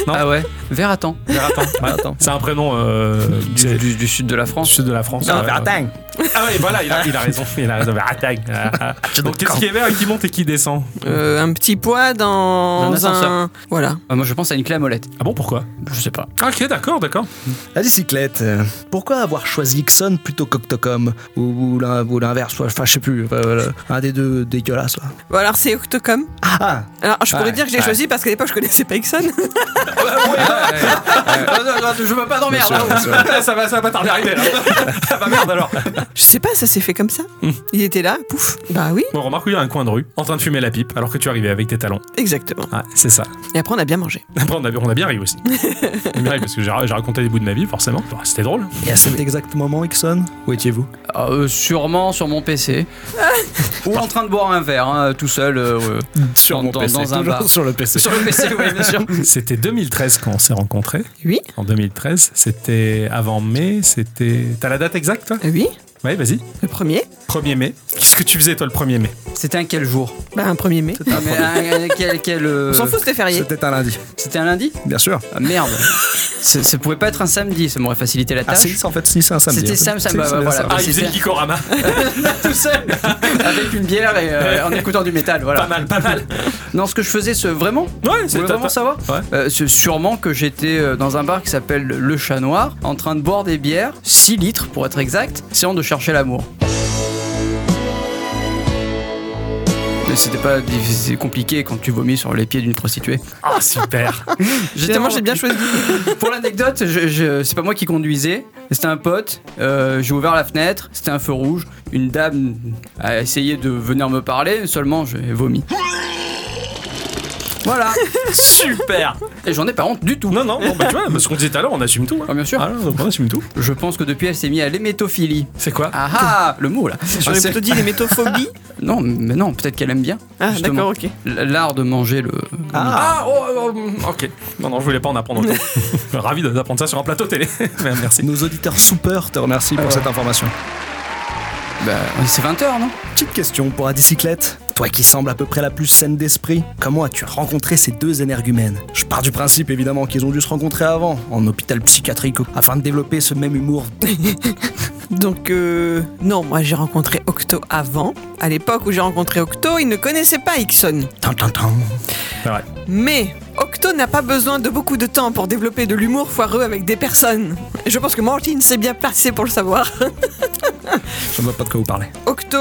Non.
Ah ouais Veratan.
Veratan. Ouais.
Veratan.
C'est un prénom euh,
Du,
du,
du- du sud de la France.
sud de la France.
Euh,
Ouais,
Veratan.
ouais. Ah ouais, voilà, il a, il a raison. Il a raison. Veratan. Ah, ah. Donc qu'est-ce qui est vert et qui monte et qui descend
Euh, un petit poids dans
Dans un ascenseur.
un. Voilà.
Ah, moi, je pense à une clé à molette.
Ah bon, pourquoi
Je sais pas.
Ah, Ok, d'accord, d'accord.
La bicyclette. euh, Pourquoi avoir choisi Ixon plutôt qu'Octocom Ou, ou l'un- ou l'inverse, ouais, enfin je sais plus. enfin, voilà. Un des deux dégueulasse. là.
Bon, alors, c'est Octocom.
Ah
Alors, je pourrais
Ouais,
dire que j'ai
ouais.
choisi parce qu'à l'époque, je connaissais pas Ixon.
Euh, je veux pas dormir Ah,
ça, va, ça va pas tarder à arriver là. ah bah merde alors.
je sais pas, ça s'est fait comme ça.
Hmm.
Il était là, pouf. Bah oui,
Bon, remarque, il y a un coin de rue en train de fumer la pipe alors que tu arrivais avec tes talons.
exactement.
Ah, c'est ça.
Et après, on a bien mangé.
Après, on a, on a bien ri aussi. On a bien ri parce que j'ai j'ai raconté des bouts de ma vie, forcément. Bah, C'était drôle.
Et à cet exact moment, Ixon, où étiez-vous
Ah, euh, Sûrement sur mon PC. Ou en train de boire un verre, hein, tout seul. euh, ouais.
Sur
Dans- dans un
toujours
bar.
sur le PC.
Sur le PC, oui, bien sûr.
C'était 2013 quand on s'est rencontrés.
Oui,
En 2013, c'était avant mai, c'était. T'as la date exacte toi
euh, oui,
Ouais, vas-y.
le premier.
1er mai. Qu'est-ce que tu faisais toi le 1er mai
C'était un quel jour
Bah, un 1er mai.
Ah, mais un- un- quel- quel, euh,
On s'en fout, c'était férié.
C'était un lundi,
C'était un lundi
bien sûr.
Ah, Merde. ça, ça pouvait pas être un samedi, ça m'aurait facilité la
Ah,
tâche.
c'est en fait, si, c'est un samedi.
C'était
en
Sam,
fait.
Sam,
Si,
bah,
c'est
bah,
bien
voilà.
ça.
Ah, il faisait le
c'était-
Gikorama.
tout seul avec une bière et euh, en écoutant du métal
pas
voilà
mal, pas mal.
non ce que je faisais ce vraiment
Ouais,
vous voulez
t'as-
vraiment savoir
Ouais.
Euh, c'est sûrement que j'étais euh, dans un bar qui s'appelle Le Chat Noir en train de boire des bières 6 litres pour être exact essayant de chercher l'amour mais c'était pas difficile- c'est compliqué quand tu vomis sur les pieds d'une prostituée.
Ah, super.
Finalement, j'ai bien choisi.
Pour l'anecdote, je, je- c'est pas moi qui conduisais, c'était un pote. Euh, j'ai ouvert la fenêtre, c'était un feu rouge. Une dame a essayé de venir me parler, seulement j'ai vomi. Voilà,
super.
et j'en ai pas honte du tout.
Non, non, bon, bah, tu vois, ce qu'on disait tout à l'heure, on assume tout. hein.
Ah, bien sûr.
Ah, non, on assume tout.
Je pense que depuis elle s'est mise à l'émétophilie.
C'est quoi
Ah ah, le mot là.
J'aurais
Ah, c'est-
plutôt dit les métophobies.
Non, mais non, peut-être qu'elle aime bien.
Ah,
Justement.
d'accord, ok.
L'art de manger le.
Ah, oh, oh, ok. Non, non, je voulais pas en apprendre autant. Ravi d'apprendre ça sur un plateau télé. Merci.
Nos auditeurs soupeurs te remercient pour cette information.
Bah, c'est 20h, non
Petite question pour bicyclette. Toi qui sembles à peu près la plus saine d'esprit, comment as-tu rencontré ces deux énergumènes Je pars du principe évidemment qu'ils ont dû se rencontrer avant, en hôpital psychiatrique, afin de développer ce même humour.
Donc, euh, non, moi j'ai rencontré Octo avant. À l'époque où j'ai rencontré Octo, il ne connaissait pas Ixon.
Tan, tan, tan.
Mais Octo n'a pas besoin de beaucoup de temps pour développer de l'humour foireux avec des personnes. Et je pense que Martin s'est bien placé pour le savoir.
Je ne vois pas de quoi vous parlez.
Octo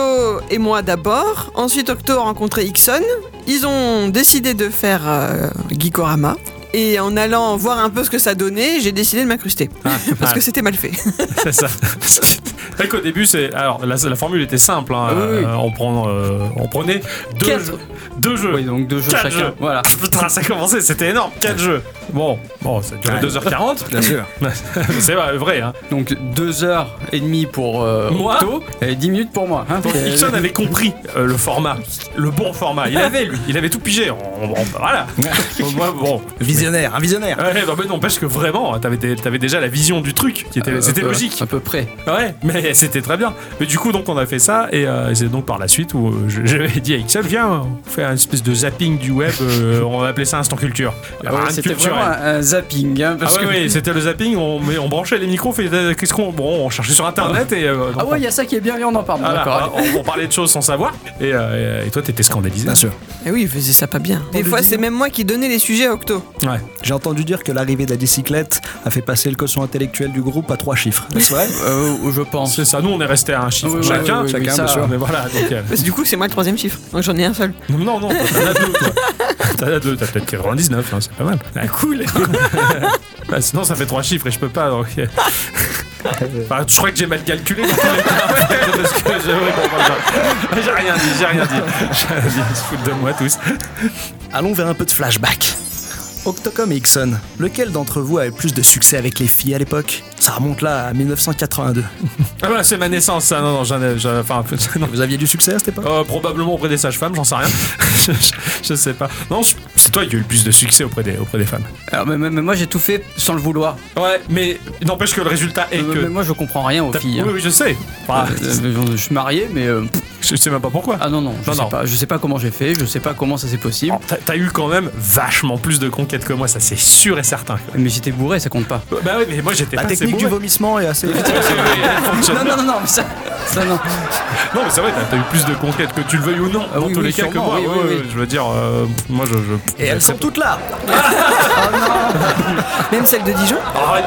et moi d'abord. Ensuite, Octo a rencontré Ixon. Ils ont décidé de faire euh, Geekorama. Et en allant voir un peu ce que ça donnait, j'ai décidé de m'incruster. Parce
ah.
que c'était mal fait.
C'est ça. C'est vrai qu'au début, c'est. Alors, la, la formule était simple. hein.
Ah oui, oui.
Euh, on, prend, euh, on prenait deux
Quatre.
jeux. Deux jeux.
Oui, donc deux jeux
Euh, Quatre
chacun.
jeux.
Voilà.
Putain, ça a commencé, c'était énorme. Quatre jeux. Bon, bon ça durait 2h40.
Bien sûr.
C'est vrai, vrai, hein.
Donc 2h30 pour euh,
Moi
Octo et 10 minutes pour moi. hein.
Donc
Euh,
Ixon avait compris euh, le format, le bon format. Il avait lui, il avait tout pigé. On- on- voilà. Moi, bon.
Visionnaire, un visionnaire.
Ouais, non, mais n'empêche que vraiment, t'avais, des- t'avais déjà la vision du truc, qui était,
euh,
c'était
euh,
logique.
À peu près.
Ah Ouais, mais c'était très bien. Mais du coup, donc, on a fait ça, et euh, c'est donc par la suite où euh, je- j'avais dit à Ixon, viens, on fait un espèce de zapping du web, euh, on appelait ça Instant Culture.
Ah Ouais,
Rien de
c'était
culturel.
vraiment un, un zapping, hein, parce
Ah ouais,
que.
ouais, c'était le zapping, on, mais on branchait les micros, on fait, euh, qu'est-ce qu'on... Bon, on cherchait sur Internet, et... euh, donc,
Ah ouais, il y a ça qui est bien, mais on en parle.
on- voilà,
D'accord.
on, on parlait de choses sans savoir, et, euh, et toi, t'étais scandalisé.
Bien sûr.
Et Eh oui, il faisait ça pas bien. Des
le
fois,
dit.
c'est même moi qui donnais les sujets à Octo.
Ouais.
J'ai entendu dire que l'arrivée de la bicyclette a fait passer le quotient intellectuel du groupe à trois chiffres. C'est vrai
Euh, je pense.
C'est ça, nous on est resté à un chiffre
Oui, oui,
chacun,
oui, oui,
chacun
oui, ça-
bien sûr, mais voilà, donc, euh,
Parce que du coup, c'est moi le troisième chiffre. Donc j'en ai un seul.
Non, non, toi, t'en as deux, toi. T'en as deux, t'as peut-être 99, hein, c'est pas mal.
Ah,
cool Sinon, ça fait trois chiffres et je peux pas. donc, euh, Enfin, je crois que j'ai mal calculé. dans tous les cas, parce que je- ouais, bon, bah, J'ai rien dit, j'ai rien dit. J'ai rien dit, Ils se foutent de moi tous.
Allons vers un peu de flashback. Octocom et Ixon, lequel d'entre vous avait plus de succès avec les filles à l'époque Ça remonte là à 1982.
Ah bah, c'est ma naissance, ça. Non, non, j'en ai. j'en- Enfin, non.
Vous aviez du succès à cette époque
Euh, probablement auprès des sages-femmes, j'en sais rien. je, je- je sais pas. Non, je C'est toi qui as eu le plus de succès auprès des, auprès des femmes.
Alors, mais, mais- mais moi j'ai tout fait sans le vouloir.
Ouais, mais n'empêche que le résultat est
Mais, mais
que.
moi je comprends rien Euh, aux
t'as-
filles. hein.
Oui, oui, je sais. Enfin,
Euh, je suis marié, mais euh, pff,
je sais même pas pourquoi.
ah non non, je
Non,
sais
non.
pas, je sais pas comment j'ai fait, je sais pas comment ça c'est possible.
Oh, t'as- T'as eu quand même vachement plus de conquêtes que moi, ça c'est sûr et certain. quoi.
Mais j'étais bourré, ça compte pas.
Bah oui, mais moi j'étais
La
pas
technique du
assez bourré.
vomissement est assez.
Elle fonctionne.
Non non non non, mais ça, ça non.
Non, mais c'est vrai, t'as t'as eu plus de conquêtes que tu le veuilles ou non,
Ah
dans
oui,
tous
oui,
les cas que
sûrement,
moi.
oui, oui,
Ouais,
oui.
ouais, Je veux dire, euh, moi je. je-
Et elles sont
j'accepte.
toutes là
Même celle de Dijon
Arrête.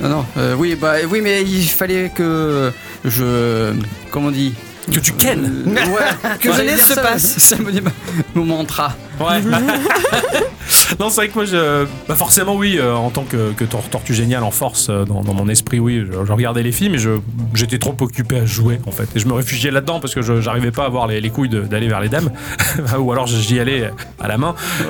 Non non, euh, oui bah oui mais il fallait que je comment on dit
que tu kennes.
Euh, ouais,
Que
j'allais
jeunesse
dire
se
ça,
passe.
mais Ça me dit mon mantra.
Ouais. non, c'est vrai que moi, je... bah forcément, oui, euh, en tant que, que tor- tortue géniale en force, euh, dans, dans mon esprit, oui, je, je regardais les films et je- j'étais trop occupé à jouer, en fait. Et je me réfugiais là-dedans parce que je j'arrivais pas à avoir les, les couilles de- d'aller vers les dames. Ou alors j'y allais à la main.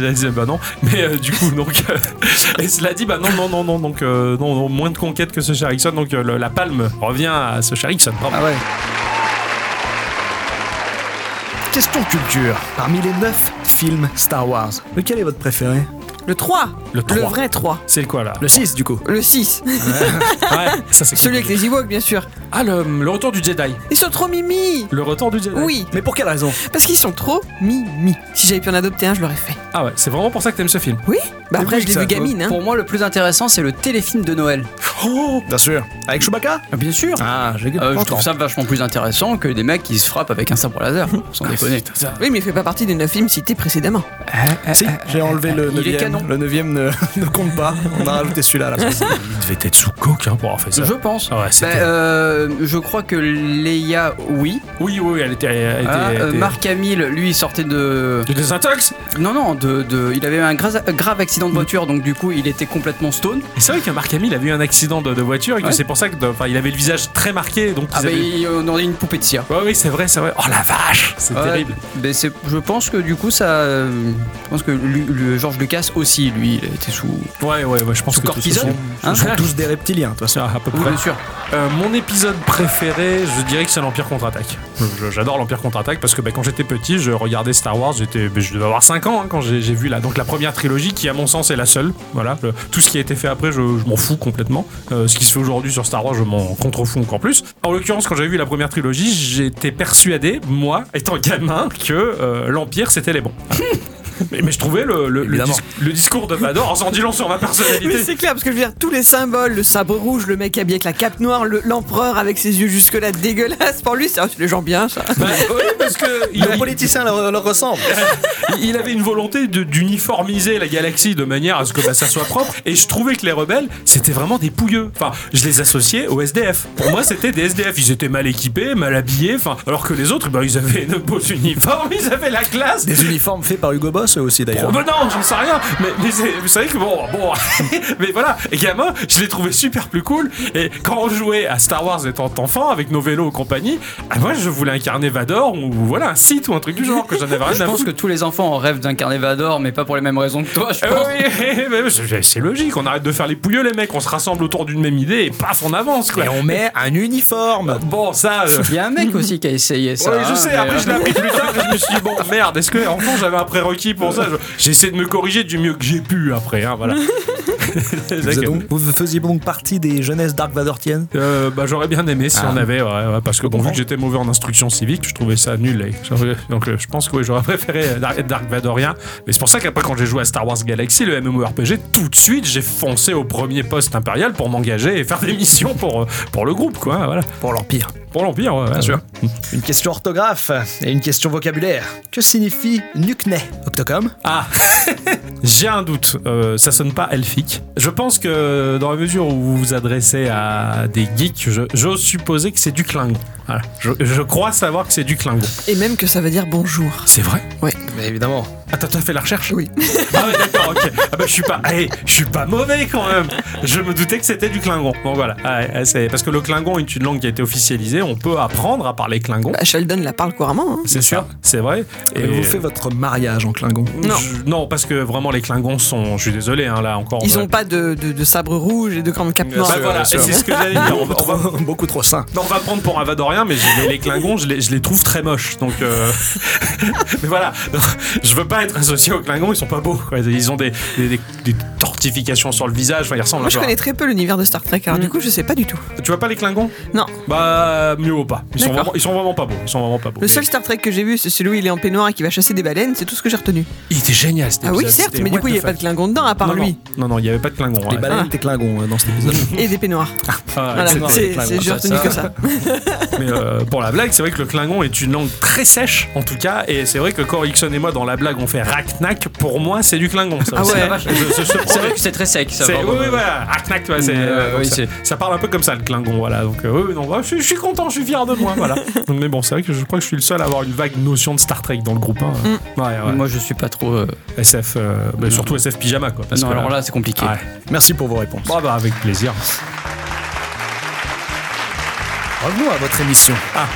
je disais, bah non. Mais euh, du coup, donc. euh, et cela dit, bah non, non, non, non. Donc, euh, non, non, moins de conquêtes que ce cher Erickson. Donc, euh, le- la palme revient à ce cher Erickson. Bravo.
Ah ouais.
Question culture. Parmi les 9 films Star Wars, lequel est votre préféré
Le 3
Le 3.
Le vrai 3.
C'est quoi là
Le 6 du coup.
Le 6.
Ouais, ça c'est
Celui avec les Ewoks, bien sûr.
Ah, le, le retour du Jedi.
Ils sont trop mimi
Le retour du Jedi.
Oui,
Mais pour quelle raison
parce qu'ils sont trop mimi. Si j'avais pu en adopter un, je l'aurais fait.
Ah ouais, c'est vraiment pour ça que t'aimes ce film.
Oui Bah
C'est
après,
vrai
je
que
l'ai
ça-
vu gamine, hein.
Pour moi le plus intéressant c'est le téléfilm de Noël.
Oh, Bien sûr. Avec Chewbacca
Bien sûr.
Ah, j'ai
Euh, je trouve ça vachement plus intéressant que des mecs qui se frappent avec un sabre laser, sans déconner.
Oui, mais il fait pas partie des 9 films cités précédemment.
euh,
Si, j'ai enlevé le
il est
9
canon.
Le 9 ne, ne compte pas. On a rajouté celui-là à la place.
Il devait être sous coke hein, pour avoir fait ça.
Je pense.
Ah ouais,
Bah,
c'était-
euh, je crois que Leia, oui.
Oui, oui, oui, elle était. Elle était,
Ah,
elle
euh,
était-
Marc Hamill, lui, il sortait de.
Du désintox
Non, non, de, de- il avait un gra- grave accident de voiture, donc du coup, il était complètement stone.
Et c'est vrai que Marc Hamill a eu un accident de, de voiture et que
Ouais.
c'est pour ça que. de- Enfin, il avait le visage très marqué, donc.
Ah,
ils
bah,
avaient-
il- on aurait une poupée de cire.
Ouais, oui, c'est vrai, c'est vrai. Oh la vache C'est
Ouais,
terrible.
mais c'est- je pense que du coup, ça. euh, Je pense que lui- le George Lucas aussi, lui, il était sous.
Ouais, ouais, ouais, je pense
Sous
que tout
cortisone,
ce sont-
hein.
Ce sont tous des reptiliens, de toute façon.
ça, à peu
Oui,
près.
bien sûr.
Euh, mon épisode préféré, je dirais que c'est l'Empire contre-attaque. Je- J'adore l'Empire contre-attaque parce que bah, quand j'étais petit, je regardais Star Wars. J'étais, je devais avoir 5 ans hein, quand j'ai j'ai vu la, donc la première trilogie qui, à mon sens, est la seule. Voilà. Le- tout ce qui a été fait après, je, je m'en fous complètement. Euh, ce qui se fait aujourd'hui sur Star Wars, je m'en contrefous encore plus. En l'occurrence, quand j'avais vu la première trilogie, j'étais persuadé, moi, étant gamin, que euh, l'Empire c'était les bons. Mais, mais je trouvais le, le- le
Évidemment.
dis- le discours de Vador, en s'en disant sur ma personnalité,
Mais c'est clair, parce que je veux dire, tous les symboles, le sabre rouge, le mec habillé avec la cape noire, le- l'empereur avec ses yeux jusque-là dégueulasses, pour lui, c'est ah, c'est les gens bien, ça.
Bah, oui, parce que il,
Le politicien leur, leur ressemble.
il- il avait une volonté de- d'uniformiser la galaxie de manière à ce que bah, ça soit propre. Et je trouvais que les rebelles, c'était vraiment des pouilleux. Enfin, je les associais aux SDF. Pour moi, c'était des SDF. Ils étaient mal équipés, mal habillés. Enfin, alors que les autres, bah, ils avaient de beaux uniformes, ils avaient la classe.
Des uniformes faits par Hugo Boss eux aussi
Oh,
d'ailleurs.
bah non, j'en sais rien. Mais, mais c'est- vous savez que bon, bon, mais voilà, gamin, je l'ai trouvé super plus cool. Et quand on jouait à Star Wars étant enfant avec nos vélos et compagnie, ah, moi je voulais incarner Vador ou voilà un site ou un truc du genre que j'en avais rien à
Je pense
foutre.
que tous les enfants en rêvent d'un Vador, mais pas pour les mêmes raisons que toi, je
Eh
pense.
oui, mais c'est- c'est logique, on arrête de faire les pouilleux les mecs, on se rassemble autour d'une même idée et paf on avance quoi.
Et on met un uniforme.
Bon ça... euh,
Il y a un mec aussi qui a essayé ça.
ouais, je
hein,
sais,
mais,
après je l'ai
euh,
appris plus tard, je me suis dit, bon merde, est-ce que enfant j'avais un prérequis pour ça Je- J'ai essayé de me corriger du mieux que j'ai pu après, hein, voilà. C'est
Vous,
vrai
êtes
que-
donc- vous faisiez donc partie des jeunesses Dark Vadortiennes
Euh, bah, j'aurais bien aimé si on avait, ouais, ouais, parce que bon, vu que j'étais mauvais en instruction civique, je trouvais ça nul. et j'aurais- donc euh, je pense que oui, j'aurais préféré euh, Dark, Dark Vadorien. Mais c'est pour ça qu'après, quand j'ai joué à Star Wars Galaxy, le MMORPG, tout de suite, j'ai foncé au premier poste impérial pour m'engager et faire des missions pour, euh, pour le groupe, quoi. Voilà.
Pour l'Empire.
Pour l'Empire, ouais, bien sûr.
Une question orthographe et une question vocabulaire. Que signifie Nukney Octocom
Ah J'ai un doute, euh, ça sonne pas elfique. Je pense que dans la mesure où vous vous adressez à des geeks, je- j'ose supposer que c'est du Klingon. Voilà. Je, je crois savoir que c'est du Klingon.
Et même que ça veut dire bonjour.
C'est vrai
Mais évidemment.
Attends, t'as fait la recherche
Oui.
Ah ouais, d'accord, ok. Ah bah, je suis pas, allez, je suis pas mauvais quand même. Je me doutais que c'était du Klingon. Bon voilà, Ouais, ouais, c'est- parce que le Klingon est une langue qui a été officialisée. On peut apprendre à parler Klingon.
Bah, Sheldon la parle couramment, hein.
C'est sûr, c'est vrai.
Et vous faites votre mariage en Klingon.
Non.
Je- non, parce que vraiment les Klingons sont. Je suis désolé, hein, là encore. on
Ils
va-
ont pas de, de- de sabre rouge et de grande cape
Bah
noire.
voilà, et
sûr.
c'est ce que j'allais dire. On va- on va-
Trop- Ah, beaucoup trop sain.
Non, on va prendre pour un Vadorien, mais je- les, les Klingons, je les, je les trouve très moches. Donc, euh, mais voilà, je veux pas pas être associés aux Klingons, ils sont pas beaux. quoi. Ils ont des, des- des- des tortifications sur le visage, enfin, ils ressemblent
Moi,
un
je
peu à-
connais très peu l'univers de Star Trek, alors du coup, je sais pas du tout.
Tu vois pas les Klingons
Non.
Bah, mieux ou pas. Ils sont,
D'accord.
vraiment, ils sont vraiment pas beaux. Ils sont vraiment pas beaux.
Le seul Star Trek que j'ai vu, c'est celui où il est en peignoir et qui va chasser des baleines, c'est tout ce que j'ai retenu.
Il était génial cet
Ah oui,
épisode,
certes,
c'était
mais du
what
coup, il
the
n'y a pas de
fuck.
Klingon dedans à part
Non, non.
lui
Non, non, il y avait pas de Klingon.
Les
ouais.
baleines étaient Klingons euh, dans cet épisode.
et des peignoirs.
Ah,
Voilà,
excellent, les
c'est-
Klingons.
c'est- j'ai
Ah,
retenu que ça.
Mais euh, pour la blague, c'est vrai que le Klingon est une langue très sèche, en tout cas, et c'est vrai que quand Ixon et moi, dans la blague, on fait rac-nac, pour moi, c'est du Klingon. ça.
Ah
C'est-
ouais.
je- je- je-
C'est vrai que c'est très sec, ça.
c'est-
par
oui,
contre.
oui, voilà, rac-nac, tu vois, c'est,
Euh,
euh, donc
oui,
ça,
c'est-
ça parle un peu comme ça, le Klingon, voilà. Donc, euh, oui, oui, non, bah, je, suis- je suis content, je suis fier de moi, voilà. Donc, mais bon, c'est vrai que je crois que je suis le seul à avoir une vague notion de Star Trek dans le groupe. hein. Ouais, ouais.
Moi, je suis pas trop. euh,
SF, euh, bah, surtout SF pyjama, quoi. parce
Non,
que
alors là, c'est compliqué.
Ouais.
Merci pour vos réponses.
Bon, bah, avec plaisir.
Revenons à votre émission. Ah,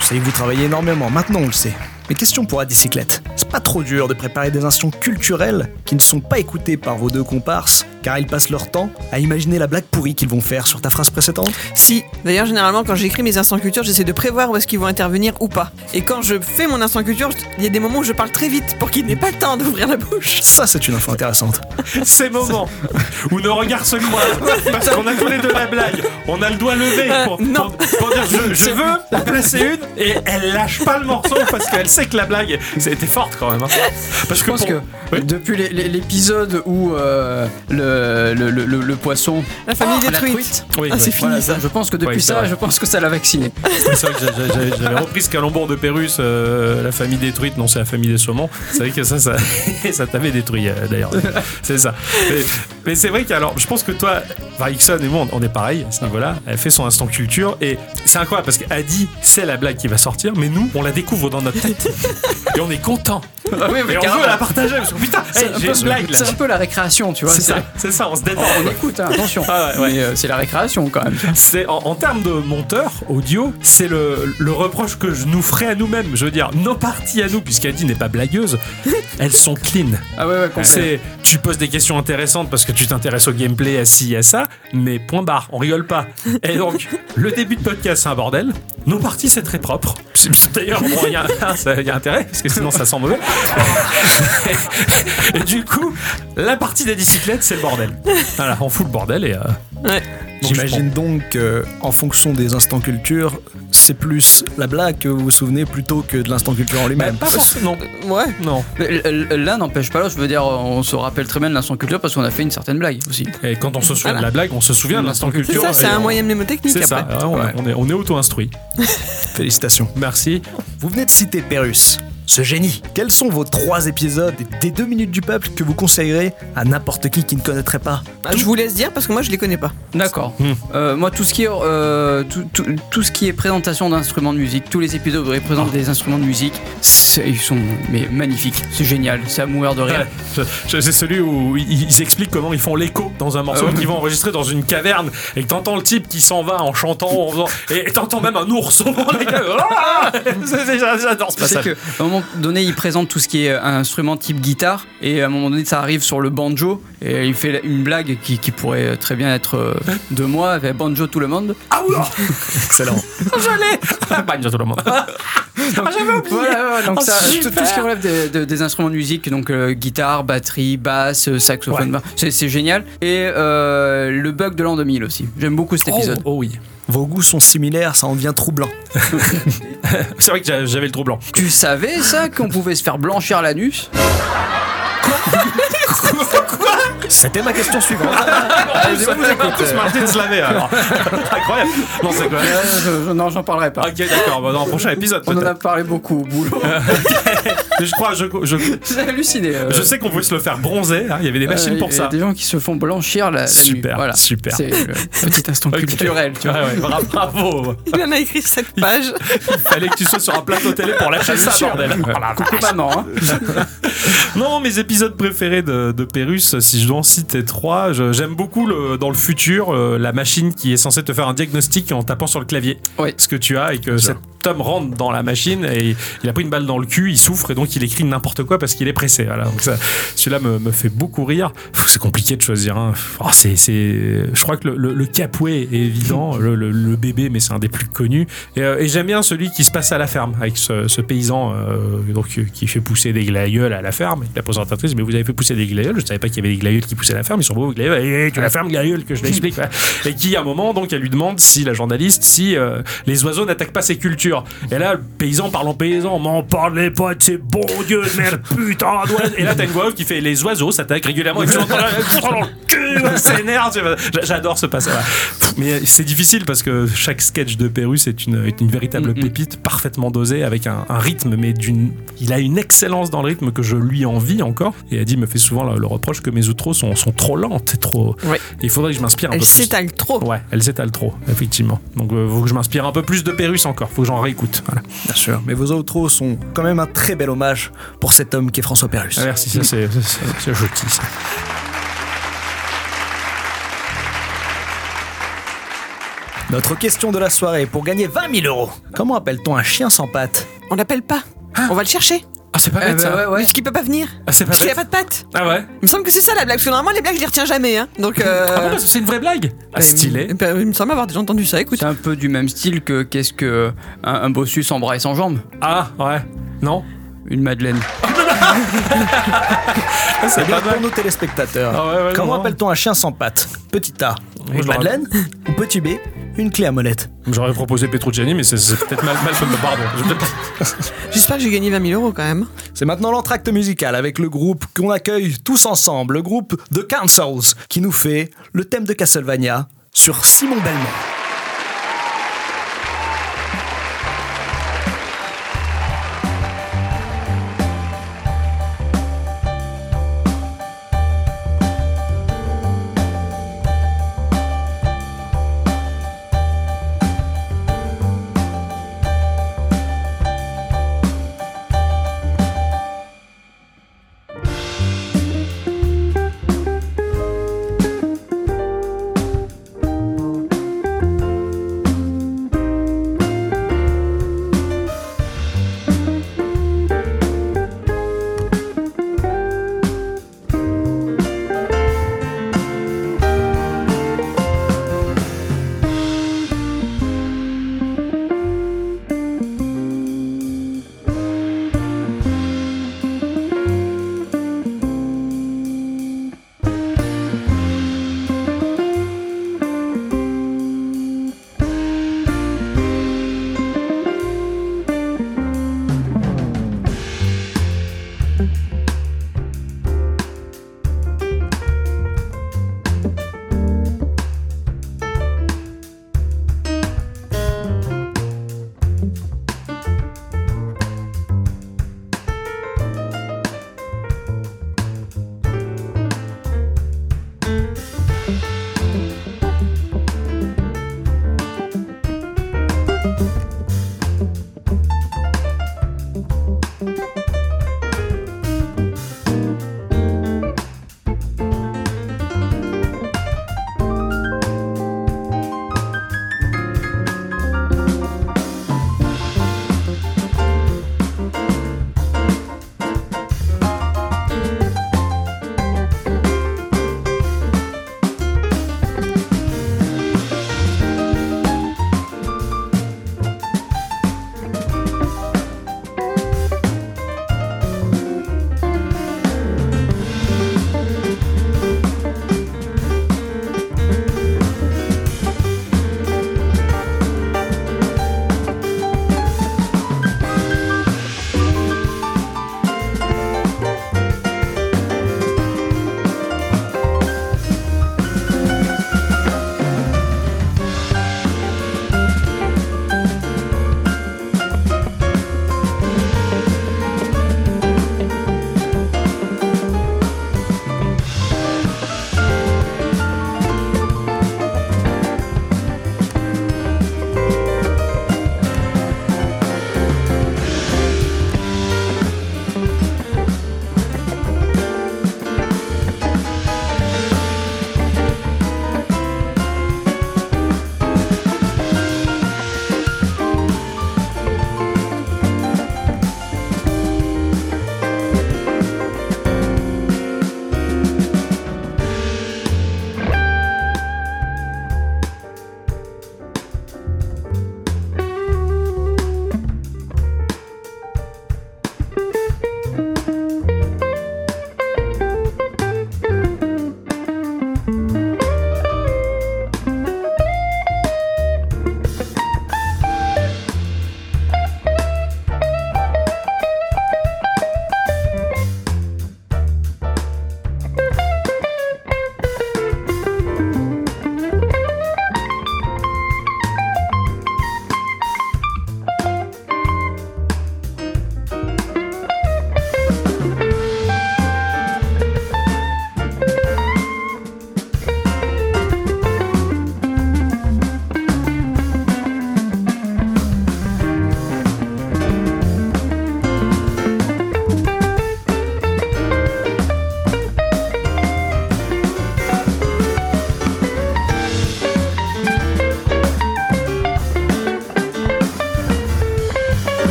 je sais que vous travaillez énormément, maintenant on le sait. Mais question pour Adicyclette. C'est pas trop dur de préparer des instants culturels qui ne sont pas écoutés par vos deux comparses, car ils passent leur temps à imaginer la blague pourrie qu'ils vont faire sur ta phrase précédente
Si. D'ailleurs, généralement, quand j'écris mes instants culture, j'essaie de prévoir où est-ce qu'ils vont intervenir ou pas. Et quand je fais mon instant culture, je- il y a des moments où je parle très vite pour qu'ils n'aient pas le temps d'ouvrir la bouche.
Ça, c'est une info intéressante.
ces moments où nos regards se croisent parce qu'on a tous les deux la blague, on a le doigt levé pour,
Euh, non.
pour- pour dire je, je veux en placer une et elle lâche pas le morceau parce qu'elle sait que la blague c'était forte quand même. hein. Parce
Je pense
pour-
que depuis les- les- l'épisode où euh, le, le, le- le- le poisson.
La famille
Ah, la
détruite.
truite.
Oui,
Ah, c'est
ouais.
fini
Voilà,
ça.
je pense que depuis
Oui, c'est
ça,
vrai.
je pense que ça l'a vacciné.
C'est vrai que j'a- j'a- j'a- j'avais repris ce calembour de Pérus, euh, la famille détruite, non c'est la famille des saumons. C'est vrai que ça, ça, ça t'avait détruit euh, d'ailleurs. C'est ça. Mais, mais c'est vrai qu'alors, je pense que toi, enfin, Ixon et moi, on- on est pareil à ce niveau-là. Elle fait son instant culture et c'est incroyable parce qu'Adi, c'est la blague qui va sortir, mais nous, on la découvre dans notre tête. Et on est content.
Ah oui, mais
Et on
carrément.
veut la partager parce que putain,
C'est
hey,
un
j'ai
peu-
une blague là.
c'est un peu la récréation, tu vois.
C'est ça, c'est ça, on se détend.
On écoute, hein, attention.
Ah ouais, ouais.
Mais, euh, c'est la récréation quand même.
C'est en, en termes de monteur audio, c'est le, le reproche que je nous ferais à nous-mêmes. Je veux dire, nos parties à nous, puisqu'Adi n'est pas blagueuse, elles sont clean.
Ah ouais, ouais, qu'on sait.
C'est, tu poses des questions intéressantes parce que tu t'intéresses au gameplay, à ci, à ça, mais point barre, on rigole pas. Et donc, le début de podcast, c'est un bordel. Nos parties, c'est très propre. C'est- c'est- D'ailleurs, bon, il y, a- ça- il y a intérêt, parce que sinon, ça sent mauvais. Et du coup, la partie des bicyclettes, c'est le bordel. Voilà, on fout le bordel et... euh,
Ouais.
donc,
J'imagine donc que, en fonction des instants culture, c'est plus la blague que vous vous souvenez plutôt que de l'instant culture
je prends-
en lui-même.
Bah, pas forcément.
Ouais.
Non.
Mais l- l- L'un n'empêche pas l'autre. Je veux dire, on se rappelle très bien de l'instant culture parce qu'on a fait une certaine blague aussi.
Et quand on se souvient
Voilà.
de la blague, on se souvient de l'instant
C'est
culture.
ça, c'est
et
un
on-
moyen mnémotechnique
C'est
après.
ça, hein, on,
Ouais.
on est, on est auto-instruit.
Bah, Félicitations.
Merci.
Vous venez de citer Pérus, ce génie. Quels sont vos trois épisodes des deux minutes du peuple que vous conseillerez à n'importe qui qui ne connaîtrait pas
Bah, je vous laisse dire parce que moi je les connais pas.
D'accord.
Hmm.
Euh, moi, tout ce qui est euh, tout, tout- tout ce qui est présentation d'instruments de musique, tous les épisodes où ils présentent des instruments de musique, c'est- ils sont mais magnifiques. C'est génial. C'est à mourir de rire.
Je- je- C'est celui où ils, ils expliquent comment ils font l'écho dans un morceau
Ah ouais.
qu'ils vont enregistrer dans une caverne et que t'entends le type qui s'en va en chantant en faisant- et et t'entends même un ours au moment de la caverne. Ah C'est- c'est- J'adore ce
C'est
passage.
que, à un moment donné, il présente tout ce qui est euh, un instrument type guitare, et à un moment donné, ça arrive sur le banjo, et il fait une blague qui, qui pourrait euh, très bien être euh, de moi, avec banjo tout le monde.
Ah oui
oh
Excellent. J'allais Bang sur tout le monde.
Ah, Voilà, ouais, donc
Oh,
ça, tout,
super.
tout ce qui relève des, de- des instruments de musique, donc euh, guitare, batterie, basse, euh, saxophone, bah, c'est, c'est génial. Et euh, le bug de l'an 2000 aussi. J'aime beaucoup cet épisode.
Oh, oh oui.
Vos goûts sont similaires, ça en devient troublant.
C'est vrai que j'a- j'avais le trou blanc.
Tu savais ça qu'on pouvait se faire blanchir l'anus
C'était ma question suivante.
Vous avez pas tous marché de se laver alors. Incroyable. Non, c'est quoi
Euh, je- je- Non, j'en parlerai pas.
Ok, d'accord. bah, Dans le prochain épisode,
On en a
peut-être.
parlé beaucoup au boulot.
Mais Je crois, je, je,
J'ai halluciné. euh.
Je sais qu'on pouvait se le faire bronzer, hein, il y avait des machines
Euh,
pour
il y
ça.
a Des gens qui se font blanchir la, la nuit.
Super,
Voilà.
super.
C'est le petit instant
Ok.
culturel, tu vois.
Ouais, ouais, bra- bravo
Il en a écrit 7 pages.
Fallait que tu sois sur un plateau télé pour lâcher ça,
sûr.
bordel Oh la
Coucou maman. hein.
Non, mes épisodes préférés de, de Pérus, si je dois en citer trois, je- j'aime beaucoup le- dans le futur euh, la machine qui est censée te faire un diagnostic en tapant sur le clavier
Oui.
ce que tu as et que cette Tom rentre dans la machine et il a pris une balle dans le cul, il souffre et donc il écrit n'importe quoi parce qu'il est pressé. Voilà, donc ça, celui-là me, me fait beaucoup rire. Pff, C'est compliqué de choisir. hein. Oh, c'est, c'est- je crois que le, le, le Capoué est évident, le, le- le bébé, mais c'est un des plus connus. Et, euh, et j'aime bien celui qui se passe à la ferme avec ce, ce paysan euh, donc, euh, qui fait pousser des glaïeuls à la ferme. La présentatrice, mais vous avez fait pousser des glaïeuls. Je savais pas qu'il y avait des glaïeuls qui poussaient à la ferme. Ils sont beaux, vos glaïeuls. Eh, eh, tu la ferme, glaïeul, que je l'explique. voilà. Et qui, à un moment, donc, elle lui demande si la journaliste, si euh, les oiseaux n'attaquent pas ses cultures. Et là, le paysan parle en paysan, m'en parlez pas de ces bons dieux de merde, putain d'oiseaux. Et là, t'as une voix off qui fait les oiseaux s'attaquent régulièrement. Ils sont dans la- ils sont dans le cul, on s'énerve. tu vois. J'a- J'adore ce passage-là. Mais c'est difficile parce que chaque sketch de Pérus est une, est une
Mm,
véritable
Mhm.
pépite, parfaitement dosée, avec un, un rythme, mais d'une. Il a une excellence dans le rythme que je lui envie encore. Et Adi me fait souvent le, le reproche que mes outros sont, sont trop lentes et trop.
Ouais.
Il faudrait que je m'inspire un
Elle
peu plus.
s'étale trop.
Ouais, elle s'étale trop, effectivement. Donc, euh, faut que je m'inspire un peu plus de Pérus encore. Faut que j'en réécoute. Voilà.
Bien sûr, mais vos outros sont quand même un très bel hommage pour cet homme qui est François Perrus.
Ah, merci, ça c'est ça, c'est- c'est joli. ça.
Notre question de la soirée pour gagner 20 000 euros. Comment appelle-t-on un chien sans pattes
On l'appelle pas. On va le chercher.
Ah, c'est pas
Eh
bête
ben
ça.
ouais, ouais.
Parce qu'il peut pas venir.
Ah, c'est pas
Parce qu'il a
bête.
pas de pattes.
Ah ouais.
Euh,
Il me semble que c'est ça la blague. Parce que normalement, les blagues, je les retiens jamais. Hein. Donc. euh,
Ah bon, parce que c'est une vraie blague. Ah, stylé.
Eh ben, il me semble avoir déjà entendu ça. Écoute.
C'est un peu du même style que qu'est-ce que euh, un, un bossu sans bras et sans jambes
Ah ouais. Non.
Une madeleine.
Ah,
Eh
c'est
bien,
pas mal.
pour nos téléspectateurs,
Ah ouais, ouais,
comment
non, non.
appelle-t-on un chien sans pattes Petit A,
Moi,
une
je l'aurais-
madeleine ou petit B, une clé à molette
J'aurais proposé Petrucciani, mais c'est- c'est peut-être mal, mal. Pardon. Je vais peut-être-
J'espère que j'ai gagné 20 000 euros quand même.
C'est maintenant l'entracte musical avec le groupe qu'on accueille tous ensemble, le groupe The Councils, qui nous fait le thème de Castlevania sur Simon Belmont.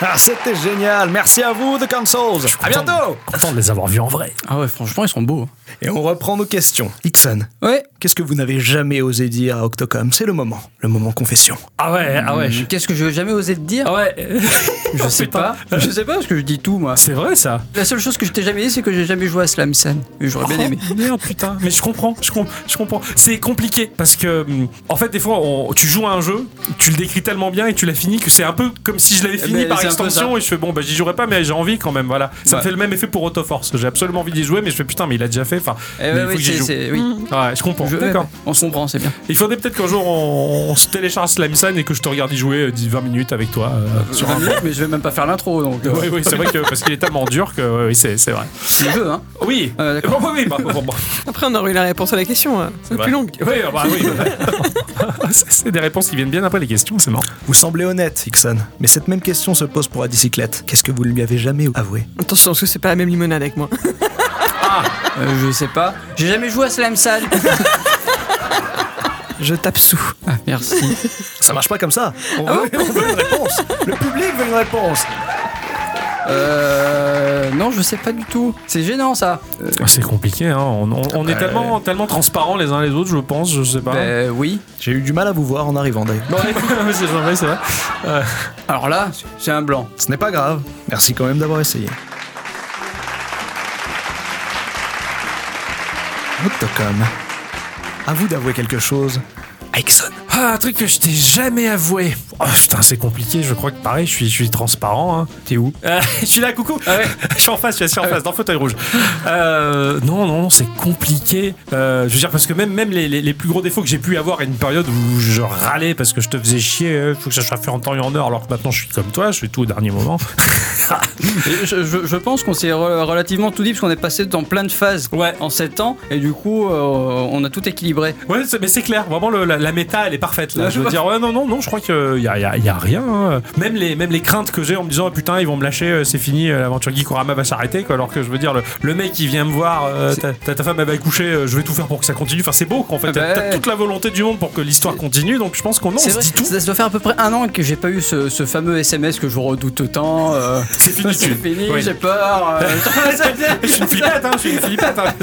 Ah, C'était génial. Merci à vous, The Consoles. À bientôt.
Content de les avoir vus en vrai.
Ah ouais, franchement, ils sont beaux.
Et on reprend nos questions. Ixon,
Ouais.
qu'est-ce que vous n'avez jamais osé dire à Octocom C'est le moment. Le moment confession.
Ah ouais, ah ouais. je-
Qu'est-ce que je vais jamais osé te dire
Ah ouais. Oh,
Je sais
putain.
pas. Je sais pas parce que je dis tout, moi.
C'est vrai ça.
La seule chose que je t'ai jamais dit, c'est que j'ai jamais joué à Slam Sun. Mais j'aurais bien aimé.
Oh, merde, putain. Mais je comprends, je, com- je comprends. C'est compliqué parce que, hum, en fait, des fois, on- tu joues à un jeu, tu le décris tellement bien et tu l'as fini que c'est un peu comme si je l'avais fini
ben,
par
c'est un peu
extension et je fais bon, bah j'y jouerai pas, mais j'ai envie quand même. Voilà. Ça me
Ouais.
fait le même effet pour Autoforce. J'ai absolument envie d'y jouer, mais je fais putain, mais il a déjà fait. Enfin,
Eh
mais
ouais,
il faut
oui,
que j'y
c'est-
joue.
c'est- oui.
Ah Ouais, je comprends.
Je- ouais,
D'accord.
On se comprend, c'est bien.
Il faudrait peut-être qu'un jour on, on se télécharge Slamison et que je te regarde y jouer euh, 10, 20 minutes avec toi. euh, sur un...
mais je vais même pas faire l'intro, donc. euh,
Oui, oui, c'est vrai que parce qu'il est tellement dur que ouais, oui, c'est c'est vrai.
si je veux, hein.
Oui.
Ah, d'accord.
Bon, oui, bah, bon, bon.
Après, on aurait eu la réponse à la question. hein. C'est plus longue.
Oui, bah oui. bah. c'est c'est des réponses qui viennent bien après les questions, c'est marrant.
Vous semblez honnête, Ixon, mais cette même question se pose pour Adicyclette. Qu'est-ce que vous lui avez jamais avoué
Attention, parce que c'est pas la même limonade avec moi.
Euh, je sais pas. J'ai jamais joué à Slam Sun.
Je tape sous.
Merci.
Ça marche pas comme ça. On, veut,
Ah
on veut une réponse. Le public veut une réponse.
Euh. Non, je sais pas du tout. C'est gênant, ça. Euh,
C'est compliqué, hein. on, on- on est tellement, tellement transparents les uns les autres, je pense, je sais pas.
ben, oui.
J'ai eu du mal à vous voir en arrivant d'ailleurs.
Bon, ouais, c'est vrai, c'est vrai.
Alors là, c'est un blanc.
Ce n'est pas grave. Merci quand même d'avoir essayé. Octocom, à vous d'avouer quelque chose. Ixon.
Ah, un truc que je t'ai jamais avoué. Oh putain, c'est compliqué, je crois que pareil, je suis, je suis transparent. hein.
T'es où
Euh, je suis là, coucou. je suis en face, je suis assis en face, dans le fauteuil rouge. Euh, non, non, non, c'est compliqué. Euh, je veux dire, parce que même, même les, les- les plus gros défauts que j'ai pu avoir à une période où je râlais parce que je te faisais chier, euh, faut que ça soit fait en temps et en heure, alors que maintenant je suis comme toi, je fais tout au dernier moment.
Et je, je- je pense qu'on s'est re- relativement tout dit parce qu'on est passé dans plein de phases
Ouais.
en 7 ans et du coup euh, on a tout équilibré.
Ouais, c'est- mais c'est clair, vraiment le- la, la méta elle est parfaite là.
Ah,
je veux
je
dire, ouais, non, non, non, je crois qu'il y a, y a- y a rien. hein. Même, les, même les craintes que j'ai en me disant, Ah, putain, ils vont me lâcher, euh, c'est fini, euh, l'aventure Gikorama va s'arrêter, quoi. Alors que je veux dire, le, le mec il vient me voir, euh, ta, ta- ta femme elle va accoucher, euh, je vais tout faire pour que ça continue. Enfin, c'est beau qu'en fait,
Ah
t'as
bah,
t'as toute la volonté du monde pour que l'histoire continue, donc je pense qu'on non, on
C'est
se
vrai,
dit tout.
ça doit faire à peu près un an que j'ai pas eu ce, ce fameux SMS que je redoute tant. euh,
C'est fini,
c'est
tu-
fini,
oui.
j'ai peur. euh,
je suis une flippette, hein, je suis une flippette. hein.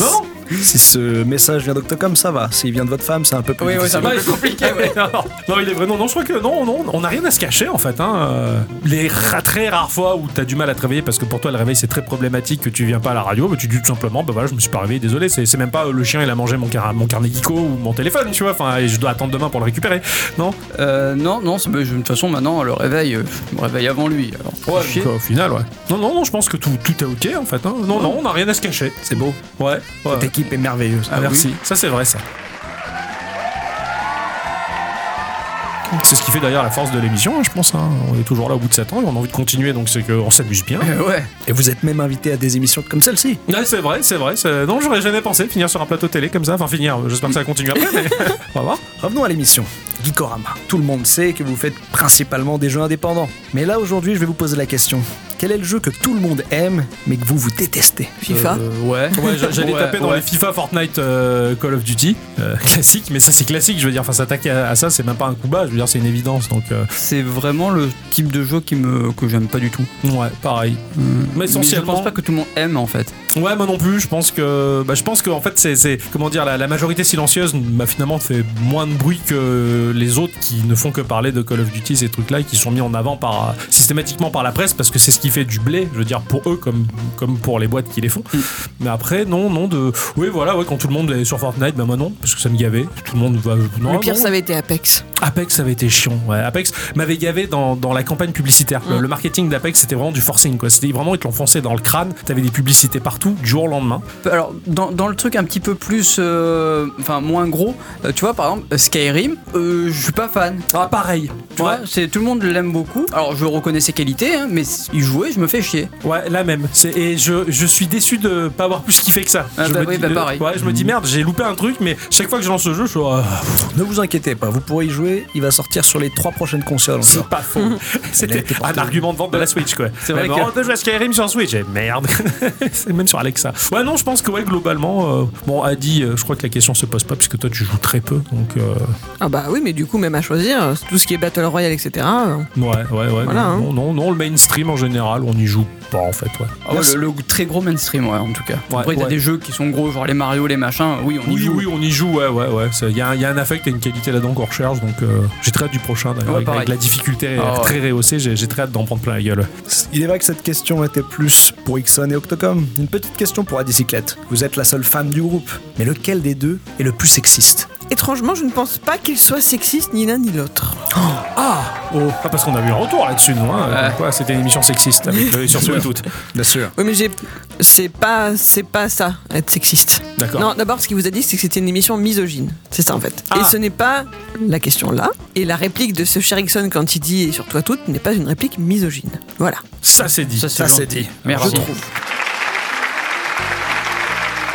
non, non,
Si ce message vient d'Octocom, ça va. S'il vient de votre femme, c'est un peu plus
Oui, oui,
difficile.
ça va. C'est compliqué, ouais.
non, non. Non, il est vrai. Non, non, je crois que non, non, on n'a rien à se cacher en fait. Hein. Euh, Les ra- très rares fois où t'as du mal à te réveiller parce que pour toi le réveil c'est très problématique que tu viens pas à la radio, mais tu dis tout simplement, bah voilà, je me suis pas réveillé, désolé, c'est c'est même pas euh, le chien il a mangé mon, car- mon carnet Geeko ou mon téléphone, tu vois, enfin, et je dois attendre demain pour le récupérer. Non
euh, non, non, c'est- mais je- de toute façon maintenant le réveil, euh, je me réveille avant lui. Alors,
Donc,
chier.
euh, au final, ouais. Non, non, non, je pense que tout, tout est ok en fait. hein. Non, non, on n'a rien à se cacher.
C'est beau.
Ouais, ouais.
Cette équipe est merveilleuse.
Ah, merci. Ça, c'est vrai, ça. C'est ce qui fait d'ailleurs la force de l'émission, hein, je pense. hein. On est toujours là au bout de 7 ans et on a envie de continuer, donc c'est qu'on s'amuse bien.
Euh, ouais.
Ah Et vous êtes même invité à des émissions comme celle-ci.
Ouais, c'est vrai, c'est vrai. c'est- Non, j'aurais jamais pensé finir sur un plateau télé comme ça. Enfin, finir, j'espère que ça continue après, mais on va voir.
Revenons à l'émission. Geekorama. Tout le monde sait que vous faites principalement des jeux indépendants. Mais là, aujourd'hui, je vais vous poser la question. Quel est le jeu que tout le monde aime, mais que vous vous détestez
FIFA.
Euh, ouais.
Ouais, j'a- j'allais
Ouais,
taper dans
ouais.
les FIFA, Fortnite, euh, Call of Duty, euh, classique, mais ça c'est classique, je veux dire, enfin s'attaquer à, à ça, c'est même pas un coup bas, je veux dire, c'est une évidence, donc euh,
C'est vraiment le type de jeu qui me que j'aime pas du tout.
ouais, pareil. Mm. Mais
je
essentiellement,
pense pas que tout le monde aime en fait.
Ouais, moi non plus. Je pense que, bah, je pense que en fait, c'est, c'est- comment dire, la, la majorité silencieuse, bah, finalement, fait moins de bruit que les autres qui ne font que parler de Call of Duty, ces trucs-là, et qui sont mis en avant par systématiquement par la presse parce que c'est ce qui fait du blé, je veux dire, pour eux comme comme pour les boîtes qui les font.
Mm.
Mais après, non, non de, oui, voilà, ouais, quand tout le monde est sur Fortnite, bah moi non, parce que ça me gavait. Tout le monde va, non,
le pire,
non.
ça avait été Apex.
Apex ça avait été chiant. ouais. Apex m'avait gavé dans, dans la campagne publicitaire. Le,
Mm.
le marketing d'Apex c'était vraiment du forcing quoi. C'était vraiment ils te l'enfonçaient dans le crâne. T'avais des publicités partout du jour au lendemain.
Alors, dans, dans le truc un petit peu plus. euh, Enfin, moins gros, euh, tu vois, par exemple, Skyrim, euh, je suis pas fan.
Ah pareil.
Tu vois, c'est tout le monde l'aime beaucoup. Alors, je reconnais ses qualités, hein, mais c- il joue jouer, je me fais chier.
Ouais, la même. C'est- Et je, je suis déçu de pas avoir plus kiffé que ça.
Ah
je
bah
me
oui,
dis-
bah pareil.
Ouais, je me dis merde, j'ai loupé un truc, mais chaque fois que je lance ce jeu, je suis. ah,
Ne vous inquiétez pas, vous pourrez y jouer. Il va sortir sur les trois prochaines consoles.
c'est
encore.
pas faux.
Elle a
C'était
été
un
portée.
argument de vente de la Switch, quoi.
C'est vrai
Mais
que-
on peut jouer à Skyrim sur Switch. Et merde. c'est même sur Alexa. Ouais, non, je pense que ouais, globalement, euh, bon, Adi, euh, je crois que la question se pose pas puisque toi tu joues très peu, donc. euh,
Ah bah oui, mais du coup, même à choisir, euh, tout ce qui est Battle Royale, etc. euh,
Ouais, ouais, ouais.
Voilà,
non,
hein.
non, non, non, le mainstream en général, on y joue pas en fait, ouais.
Ah ouais,
Merci.
le, le très gros mainstream, ouais, en tout cas.
Ouais,
Après, t'as
ouais.
des jeux qui sont gros, genre les Mario, les machins. Oui, on y
Oui,
joue.
oui, on y joue, ouais, ouais, ouais. Il y, a un- y a un affect et une qualité là-dedans qu'on recherche, donc euh, j'ai très hâte du prochain, d'ailleurs.
Ouais,
avec,
pareil.
avec la difficulté
Ah, ouais.
très rehaussée, j'ai j'ai très hâte d'en prendre plein la gueule.
Il est vrai que cette question était plus pour Ixon et Octocom. Une petite question pour Adicyclette. Vous êtes la seule femme du groupe, mais lequel des deux est le plus sexiste
Étrangement, je ne pense pas qu'il soit sexiste ni l'un ni l'autre.
Ah Oh Ah, Parce qu'on a eu un retour là-dessus, non hein,
Ouais.
comme quoi, C'était une émission sexiste, avec le sur ce et toutes.
Bien sûr.
Oui, mais j'ai. C'est pas, c'est pas ça, être sexiste.
D'accord.
Non, d'abord, ce qu'il vous a dit, c'est que c'était une émission misogyne. C'est ça, en fait.
Ah.
Et ce n'est pas la question là. Et la réplique de ce Sherrickson quand il dit et sur toi toute n'est pas une réplique misogyne. Voilà.
Ça, c'est dit.
Ça, c'est
Ça, c'est
gentil.
dit.
Merci.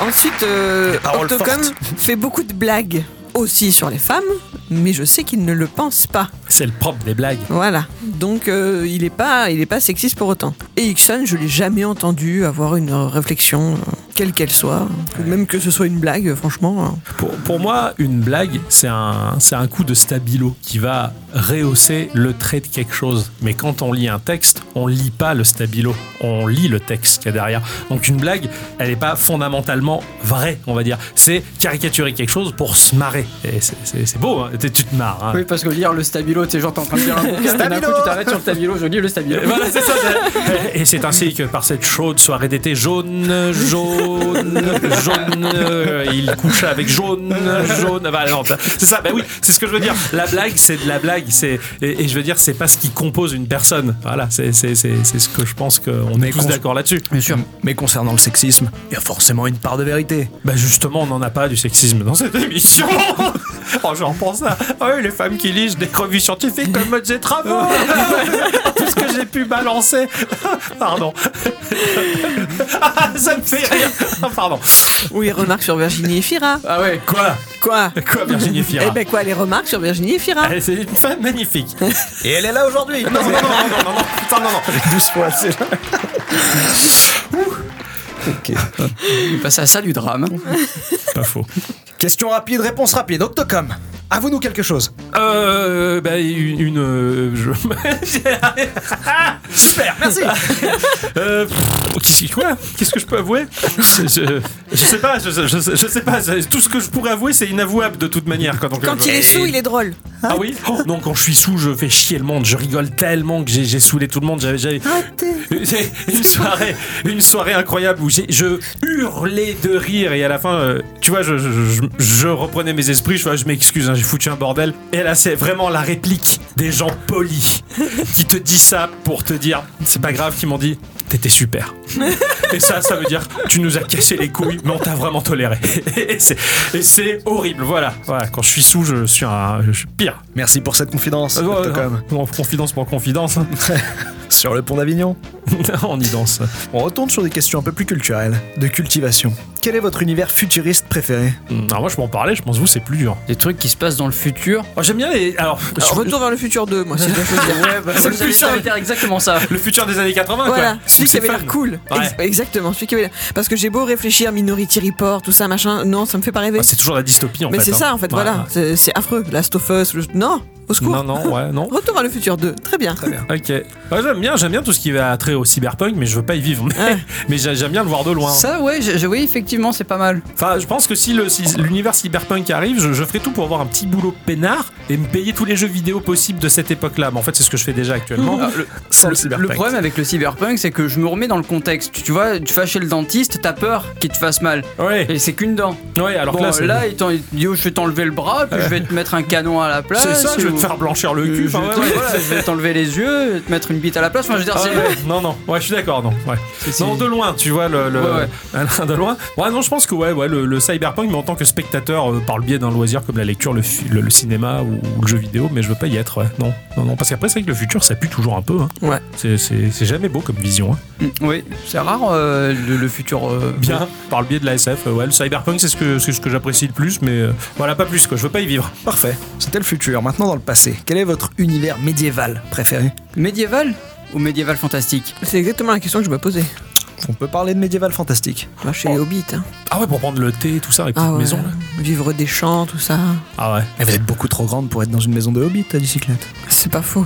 Ensuite, euh,
paroles
Octocom
fortes.
fait beaucoup de blagues aussi sur les femmes, mais je sais qu'il ne le pense pas.
C'est le propre des blagues.
Voilà. Donc euh, il est pas il est pas sexiste pour autant. Et Ixon, je l'ai jamais entendu avoir une euh, réflexion euh, quelle qu'elle soit, ou même que ce soit une blague euh, franchement. euh.
Pour, pour moi, une blague, c'est un, c'est un coup de stabilo qui va rehausser le trait de quelque chose. Mais quand on lit un texte, on lit pas le stabilo, on lit le texte qu'il y a derrière. Donc une blague, elle n'est pas fondamentalement vraie, on va dire. C'est caricaturer quelque chose pour se marrer. Et c'est- c'est c'est beau, hein. T'es- tu te marres. hein.
Oui, parce que lire le stabilo, t'es genre t'es en train de lire un bouquin, et d'un coup tu t'arrêtes sur le stabilo, je lis le stabilo.
Et voilà, c'est ça. c'est- Et c'est ainsi que par cette chaude soirée d'été, jaune, jaune, jaune, euh, il coucha avec jaune, jaune. Bah, non, ça- c'est ça. Bah oui, c'est ce que je veux dire. La blague, c'est de la blague. C'est et, et je veux dire, c'est pas ce qui compose une personne. Voilà, c'est c'est c'est- c'est ce que je pense qu'on est
Mais
tous
cons-
d'accord là-dessus.
Bien sûr.
Mais concernant le sexisme, il y a forcément une part de vérité.
Bah justement, on n'en a pas du sexisme dans cette émission. oh, j'en pense à oh, les femmes qui lisent des revues scientifiques comme mode des travaux. Tout ce que j'ai pu balancer. Pardon. Ah, ça me fait rire. Ah, Pardon.
Ou les remarques sur Virginie Efira.
Ah ouais.
Quoi
Quoi
Quoi, Virginie Fira Eh,
Eh ben quoi, les remarques sur Virginie Efira
ben
Elle, C'est une femme magnifique. Non,
Et elle est là aujourd'hui
non, non, non, non, non, non, putain, non, non.
12 fois, c'est là.
Il passe à ça du drame.
Pas faux.
Question rapide, réponse rapide. Octocom, avoue-nous quelque chose.
Euh, bah, une. une, euh, je- Super, merci! Euh, pff, qu'est-ce que- quoi? Qu'est-ce que je peux avouer? Je, je- je sais pas, je, je- je- je sais pas. c'est- Tout ce que je pourrais avouer, c'est inavouable de toute manière. euh, Quand, on-
Quand il est sous, il est drôle.
Ah oui? Oh, non, quand je suis sous, je fais chier le monde. Je rigole tellement que j'ai j'ai saoulé tout le monde. J'avais- J'avais j'ai- une soirée, une soirée incroyable où j'ai- je hurlais de rire et à la fin, euh, tu vois, je, je- je- je reprenais mes esprits, je, vois, je m'excuse, hein, j'ai foutu un bordel. Et là, c'est vraiment la réplique des gens polis qui te disent ça pour te dire, c'est pas grave, qui m'ont dit, t'étais super. Et ça, ça veut dire, tu nous as cassé les couilles, mais on t'a vraiment toléré. Et c'est- et c'est horrible, voilà. Voilà, Quand je suis sous, je suis un, je suis pire.
Merci pour cette confidence,
Ouais,
Octocom.
ouais, ouais. hein. confidence pour confidence, hein.
Sur le pont d'Avignon,
on y danse.
on retourne sur des questions un peu plus culturelles, de cultivation. Quel est votre univers futuriste préféré
Non, Hmm. moi je peux en parler, je pense vous c'est plus dur.
Des trucs qui se passent dans le futur.
Oh, J'aime bien les. Alors, je-
Retour vers le futur 2, moi, c'est bien choisi.
Ouais, bah,
C'est le plus simple.
dire exactement ça.
le futur des années 80
Voilà,
quoi.
celui qui
C'est
avait
fun.
l'air cool.
Ouais.
Ex- Exactement, celui qui avait l'air. Parce que j'ai beau réfléchir, Minority Report, tout ça, machin, non, ça me fait pas rêver.
Ah, c'est toujours la dystopie en
Mais
fait.
c'est
hein.
ça, en fait,
Ouais,
voilà.
ouais.
C'est c'est affreux. Last of Us, le- non, au secours.
Non, non, ouais, non.
Retour à le futur 2, très bien.
Ok. Ouais, j'aime bien, j'aime bien tout ce qui va trait au cyberpunk, mais je veux pas y vivre. Mais,
Ouais.
mais j'a- j'aime bien le voir de loin.
Ça, ouais, je- je- oui, effectivement, c'est pas mal.
Enfin, je pense que si le- si l'univers cyberpunk arrive, je, je ferai tout pour avoir un petit boulot peinard et me payer tous les jeux vidéo possibles de cette époque-là. Mais en fait, c'est ce que je fais déjà actuellement.
Mmh.
Ah, le,
Sans le cyberpunk.
le problème avec le cyberpunk, c'est que je me remets dans le contexte. Tu vois, tu vas chez le dentiste, t'as peur qu'il te fasse mal.
Ouais,
Et c'est qu'une dent.
ouais, alors
bon,
que là,
là,
c'est- Euh.
il t'en- il te dit, oh, je vais t'enlever le bras, puis je vais te mettre un canon à la place.
c'est ça, je vais
ou-
te faire blanchir le
Euh,
cul.
je
Enfin,
vais
ouais,
te-
ouais.
voilà, je vais t'enlever les yeux, te mettre une bite à la place. Enfin, je veux dire,
Ah
c'est-
ouais, non, non. Ouais, je suis d'accord, non. Ouais.
C'est-
Non, de loin, tu vois, le, le-
Ouais, ouais.
Alain de loin. Ouais, non, je pense que ouais, ouais, le, le cyberpunk, mais en tant que spectateur, euh, par le biais d'un loisir comme la lecture, le, fi- le, le cinéma ou, ou le jeu vidéo, mais je veux pas y être, ouais. Non, non, non. Parce qu'après, c'est vrai que le futur, ça pue toujours un peu. hein.
Ouais.
C'est- C'est c'est jamais beau comme vision. hein.
Mm, Oui, c'est rare euh, le, le futur. euh,
Bien, par le biais de la SF, euh, ouais, le cyberpunk, c'est ce que, c'est ce que j'apprécie le plus, mais euh, voilà, pas plus, quoi. Je veux pas y vivre.
Parfait. C'était le futur. Maintenant, dans le passé, quel est votre univers médiéval préféré
Médiéval ou médiéval fantastique
C'est exactement la question que je me posais.
On peut parler de médiéval fantastique.
Moi, chez les Hobbits. hein.
Ah ouais, pour prendre le thé, tout ça, les petites
Ah ouais.
maisons, là.
Vivre des champs, tout ça.
Ah ouais.
Mais vous êtes beaucoup trop grande pour être dans une maison de hobbit à bicyclette.
C'est pas faux.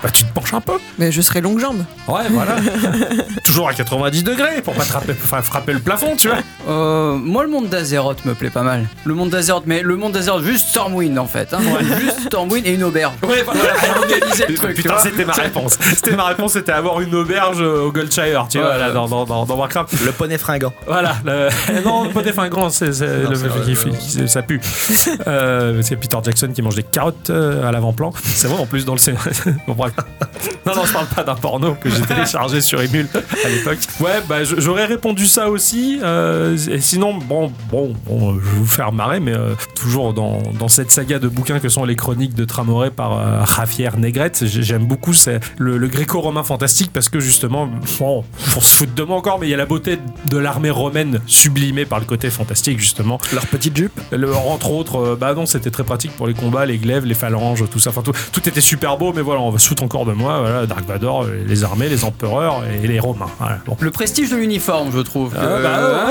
Bah, tu te penches un peu.
Mais je serais longue jambe.
Ouais, voilà. Toujours à 90 degrés pour pas te frapper, enfin, frapper le plafond, tu vois.
Euh, Moi, le monde d'Azeroth me plaît pas mal. Le monde d'Azeroth, mais le monde d'Azeroth, juste Stormwind en fait. hein. Juste Stormwind et une auberge.
Ouais, voilà.
Organiser le truc, tu
Putain,
vois.
c'était ma réponse. C'était ma réponse, c'était avoir une auberge euh, au Goldshire, tu vois,
Ouais.
là, dans, dans, dans, dans Warcraft.
Le poney fringant.
Voilà. le- Eh Non, pas des fins grands, c'est c'est
Non,
le
c'est vrai,
qui-
ouais,
qui- qui- ça pue. Euh, c'est Peter Jackson qui mange des carottes euh, à l'avant-plan. C'est vrai, en plus, dans le scénario. Bon, bref. Non, non, je parle pas d'un porno que j'ai téléchargé sur Emule à l'époque. Ouais, bah, je- j'aurais répondu ça aussi. euh, et sinon, bon, bon, bon, euh, je vais vous faire marrer, mais euh, toujours dans, dans cette saga de bouquins que sont les chroniques de Tramoret par euh, Javier Negrete, j'ai- j'aime beaucoup c'est le, le gréco-romain fantastique parce que justement, bon, on se fout de moi encore, mais il y a la beauté de l'armée romaine sublimée par le côté fantastique, justement.
Leur petite jupe.
Le, entre autres, euh, bah non, c'était très pratique pour les combats, les glaives, les phalanges, tout ça. Enfin, tout, tout était super beau, mais voilà, on va se foutre encore de moi. Voilà, Dark Vador, euh, les armées, les empereurs et les romains. Voilà, bon.
Le prestige de l'uniforme, je trouve. Euh,
Ah,
que-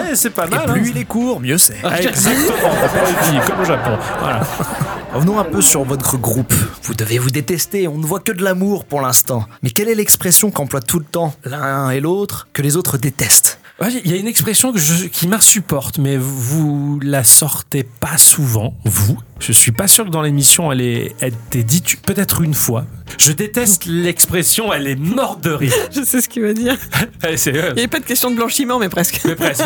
bah, ouais, c'est pas
Et
mal.
plus
hein.
il est court, mieux c'est.
Ah, Exactement, on le dit, comme au Japon. Voilà.
Ah, Revenons un peu sur votre groupe. Vous devez vous détester, on ne voit que de l'amour pour l'instant. Mais quelle est l'expression qu'emploient tout le temps l'un et l'autre que les autres détestent
Ouais, Il y a une expression que je- qui m'insupporte, mais vous la sortez pas souvent, vous. Je suis pas sûr que dans l'émission elle ait elle t'ait dite peut-être une fois. Je déteste l'expression, elle est morte de rire.
Je sais ce qu'il va dire.
Ouais, c'est-
Il n'y avait pas de question de blanchiment, mais presque.
Mais presque.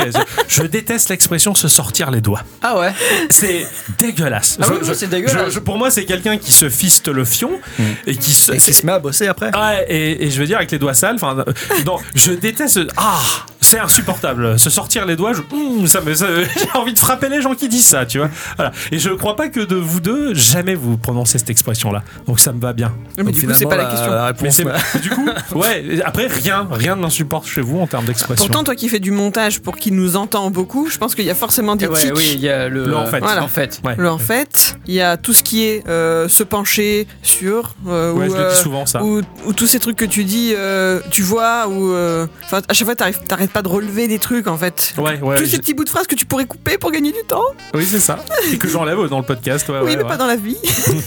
Je, je déteste l'expression se sortir les doigts.
Ah ouais
C'est dégueulasse.
Ah
Je-
oui, oui,
je-
c'est dégueulasse.
je- je- pour moi, c'est quelqu'un qui se fiste le fion
Mm.
et qui se.
Et qui se met à bosser après
Ouais, et, et je veux dire, avec les doigts sales, enfin, euh, non, je déteste. Ah, c'est insupportable. Se sortir les doigts, je- hum, ça me, ça- j'ai envie de frapper les gens qui disent ça, tu vois. Voilà. Et je crois pas que de vous deux, jamais vous prononcez cette expression-là. Donc ça me va bien.
Mais
Donc
du coup, c'est
finalement,
pas la question.
réponse,
Mais c'est,
bah,
du coup, ouais, après, rien, rien ne m'insupporte chez vous en termes d'expression.
Pourtant, toi qui fais du montage pour qui nous entend beaucoup, je pense qu'il y a forcément des
Ouais,
tics.
oui, il y a le.
Le en fait.
En fait.
Ouais.
Le en fait, il y a tout ce qui est euh, se pencher sur euh,
Ouais,
ou,
je le
euh,
dis souvent, ça.
ou- ou tous ces trucs que tu dis, euh, tu vois, ou euh, enfin à chaque fois t'arrives- t'arrêtes pas de relever des trucs en fait.
Ouais, ouais,
Tous
je-
ces petits bouts de phrases que tu pourrais couper pour gagner du temps.
Oui, c'est ça. Et que j'enlève dans le podcast. Ouais,
oui,
ouais,
mais pas
ouais.
dans la vie.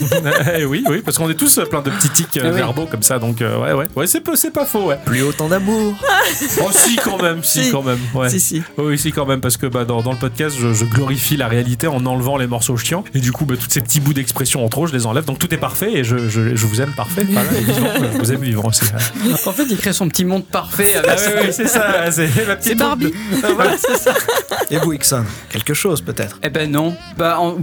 Eh oui, oui, parce qu'on est tous euh, plein de petits tics euh,
Ah oui.
verbaux comme ça, donc euh, ouais, ouais. Ouais, c'est peu- c'est pas faux, ouais.
Plus autant d'amour.
Oh, si, quand même, si,
Si.
quand même. Ouais.
Si, si.
Oh, oui, si, quand même, parce que bah, dans, dans le podcast, je, je glorifie la réalité en enlevant les morceaux chiants. Et du coup, bah, tous ces petits bouts d'expression en trop, je les enlève. Donc tout est parfait et je, je, je vous aime parfait. Voilà, et vivant, je vous aime vivant aussi.
En fait, il crée son petit monde parfait
Ah,
avec
oui, oui, c'est ça, c'est ma petite
C'est Barbie.
Ah, voilà.
Et vous, Ixon Quelque chose peut-être
Eh ben non. Bah, en-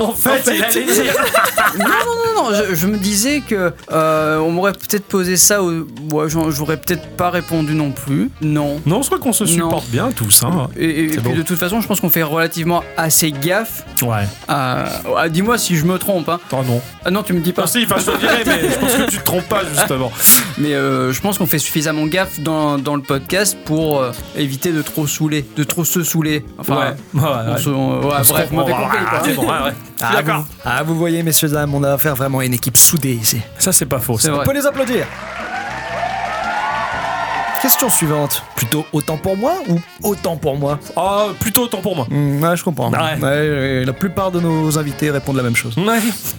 En fait, il allait dire.
non, non, non, non. Je, je me disais que euh, on m'aurait peut-être posé ça. Au... Ouais, j'en- j'aurais peut-être pas répondu non plus. Non.
Non, je crois qu'on se
Non.
supporte bien tous. Hein.
Et, et- et
C'est
puis
bon.
de toute façon, je pense qu'on fait relativement assez gaffe.
Ouais.
À... à- Dis-moi si je me trompe. Hein.
Oh non.
Ah non, tu me dis pas.
Ah, si, enfin, je te dirais, mais je pense que tu te trompes pas, justement.
Mais euh, je pense qu'on fait suffisamment gaffe dans, dans le podcast pour euh, éviter de trop saouler, de trop se saouler. Enfin,
ouais,
on se- on-
Ah,
ouais, bref, vous m'avez compris. quoi.
Ah, vous, ah, vous voyez, messieurs, dames, on a affaire vraiment à une équipe soudée ici.
Ça, c'est pas faux.
C'est
ça.
vrai.
On peut les applaudir. Question suivante. Plutôt autant pour moi ou autant pour moi
Ah, plutôt autant pour moi.
Hmm, Ouais, je comprends.
Ouais.
Ouais, la plupart de nos invités répondent la même chose.
Ouais.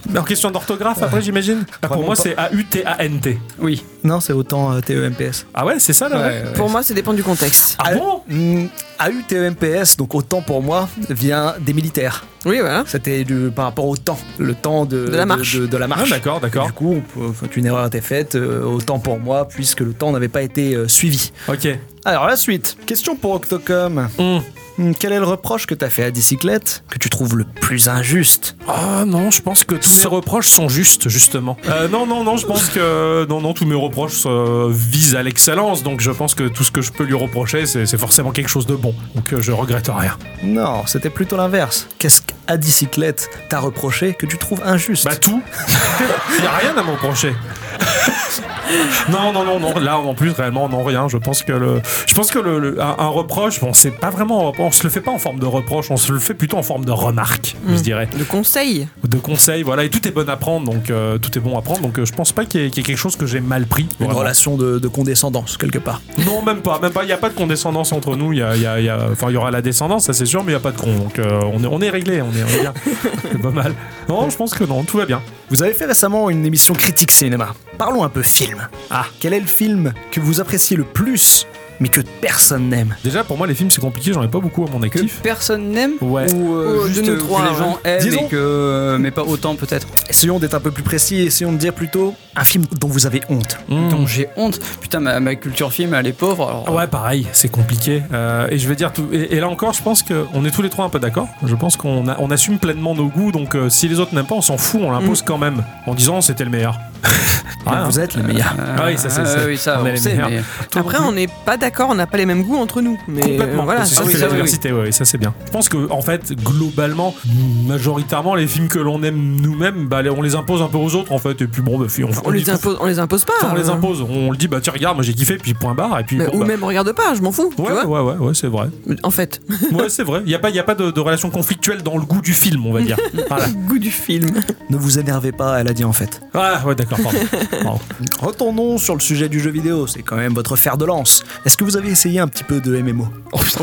Mais en question d'orthographe, après, j'imagine. Ah, pour
Vraiment
moi,
pas.
c'est A-U-T-A-N-T.
Oui.
Non, c'est autant euh, TEMPS.
Ah ouais, c'est ça, là ouais.
Pour moi, ça dépend du contexte.
Ah bon
Hmm, AUTEMPS, donc autant pour moi, vient des militaires.
Oui, voilà.
C'était du- par rapport au temps, le temps de,
De la marche.
De, de la
Ah,
marche.
d'accord, d'accord.
du coup, on peut- enfin, une erreur a été faite, euh, autant pour moi, puisque le temps n'avait pas été euh, suivi.
Ok.
Alors la suite. Question pour Octocom.
Hum.
Hmm, Quel est le reproche que t'as fait à Dicyclette que tu trouves le plus injuste
Ah non, je pense que tous mes reproches sont justes, justement. Euh, non, non, non, je pense que non, non, tous mes reproches euh, visent à l'excellence, donc je pense que tout ce que je peux lui reprocher, c'est c'est forcément quelque chose de bon. Donc euh, je regrette rien.
Non, c'était plutôt l'inverse. Qu'est-ce qu'à Dicyclette t'a reproché que tu trouves injuste
Bah tout. Il y a rien à me reprocher. non, non, non, non. Là, en plus, réellement, non, rien. Je pense que le, je pense que le, le- un, un reproche, bon, c'est pas vraiment, on se le fait pas en forme de reproche, on se le fait plutôt en forme de remarque,
Mm.
je dirais,
Le conseil.
de conseil, voilà. Et tout est bon à prendre, donc euh, tout est bon à prendre. Donc, euh, je pense pas qu'il y, ait- qu'il y ait quelque chose que j'ai mal pris.
Une
vraiment.
relation de, de condescendance, quelque part.
Non, même pas, même pas. Il y a pas de condescendance entre nous. Il y a, il y a- il y a- enfin, il y aura la descendance, ça c'est sûr, mais il y a pas de con. Donc, euh, on est, on est réglé, on est, on est bien. c'est pas mal. Non, je pense que non, tout va bien.
Vous avez fait récemment une émission critique cinéma. Parlons un peu film. Ah, quel est le film que vous appréciez le plus, mais que personne n'aime
Déjà, pour moi, les films, c'est compliqué. J'en ai pas beaucoup à mon
Que
actif.
personne n'aime
Ouais.
Ou euh,
Ou de
juste
nous
euh,
trois,
que
ouais.
les gens aiment
Disons-
et que, euh, mais pas autant peut-être.
Essayons d'être un peu plus précis et essayons de dire plutôt un film dont vous avez honte.
Hmm.
Donc Oh, j'ai honte. Putain, ma, ma culture film, elle est pauvre. Alors,
Ah Ouais, pareil, c'est compliqué. Euh, et je vais dire tout. Et, et là encore, je pense qu'on est tous les trois un peu d'accord. Je pense qu'on a- on assume pleinement nos goûts. Donc, euh, si les autres n'aiment pas, on s'en fout, on
Hmm.
l'impose quand même. En disant c'était le meilleur.
Donc
Rien.
vous êtes le meilleur.
euh,
Ah oui, ça, c'est- c'est-
oui, ça,
on
on,
est les
sait,
meilleurs.
mais-
Tout-
Après, on n'est pas d'accord, on n'a pas les mêmes goûts entre nous. Mais
Complètement.
euh, voilà,
c'est ça,
Ah oui,
c'est la
ça, oui,
diversité, ouais, ouais, ça c'est bien. Je pense que en fait, globalement, majoritairement, les films que l'on aime nous-mêmes, bah, les- on les impose un peu aux autres en fait. Et puis bon, bah, puis on,
on
on
les
dit-
impose, on les impose pas.
on les
euh.
impose. On le dit, bah tiens, regarde, moi j'ai kiffé, puis point barre. Et puis.
Mais-
bon,
ou
bah,
même regarde pas, je m'en fous. tu
Ouais,
vois.
ouais, ouais, ouais, c'est vrai.
En fait,
Ouais, c'est vrai. Il n'y a pas, y a pas de, de relation conflictuelle dans le goût du film, on va dire. Voilà.
goût du film.
Ne vous énervez pas, elle a dit en fait.
Ah, ouais, d'accord, pardon. Pardon.
Retournons sur le sujet du jeu vidéo, c'est quand même votre fer de lance. Est-ce que vous avez essayé un petit peu de MMO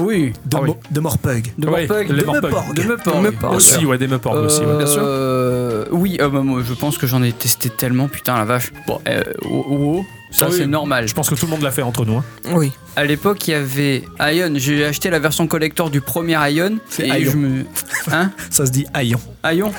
oui,
De,
Ah oui.
Mo- de Morpug
de
Ouais,
Morpug,
les
de
Morpug.
Meporg, de Meporg,
De Meporg.
bien sûr.
Aussi, ouais, des meufs aussi. ouais.
Euh, Oui, euh, bah, moi, je pense que j'en ai testé tellement, putain la vache. Bon, euh, oh, oh, oh, ça
Ah oui.
c'est normal.
Je pense que tout le monde l'a fait entre nous. hein.
Oui.
À l'époque, il y avait Ion. J'ai acheté la version collector du premier Ion.
C'est
et
Ion.
je me. Hein
Ça se dit Aion.
Ion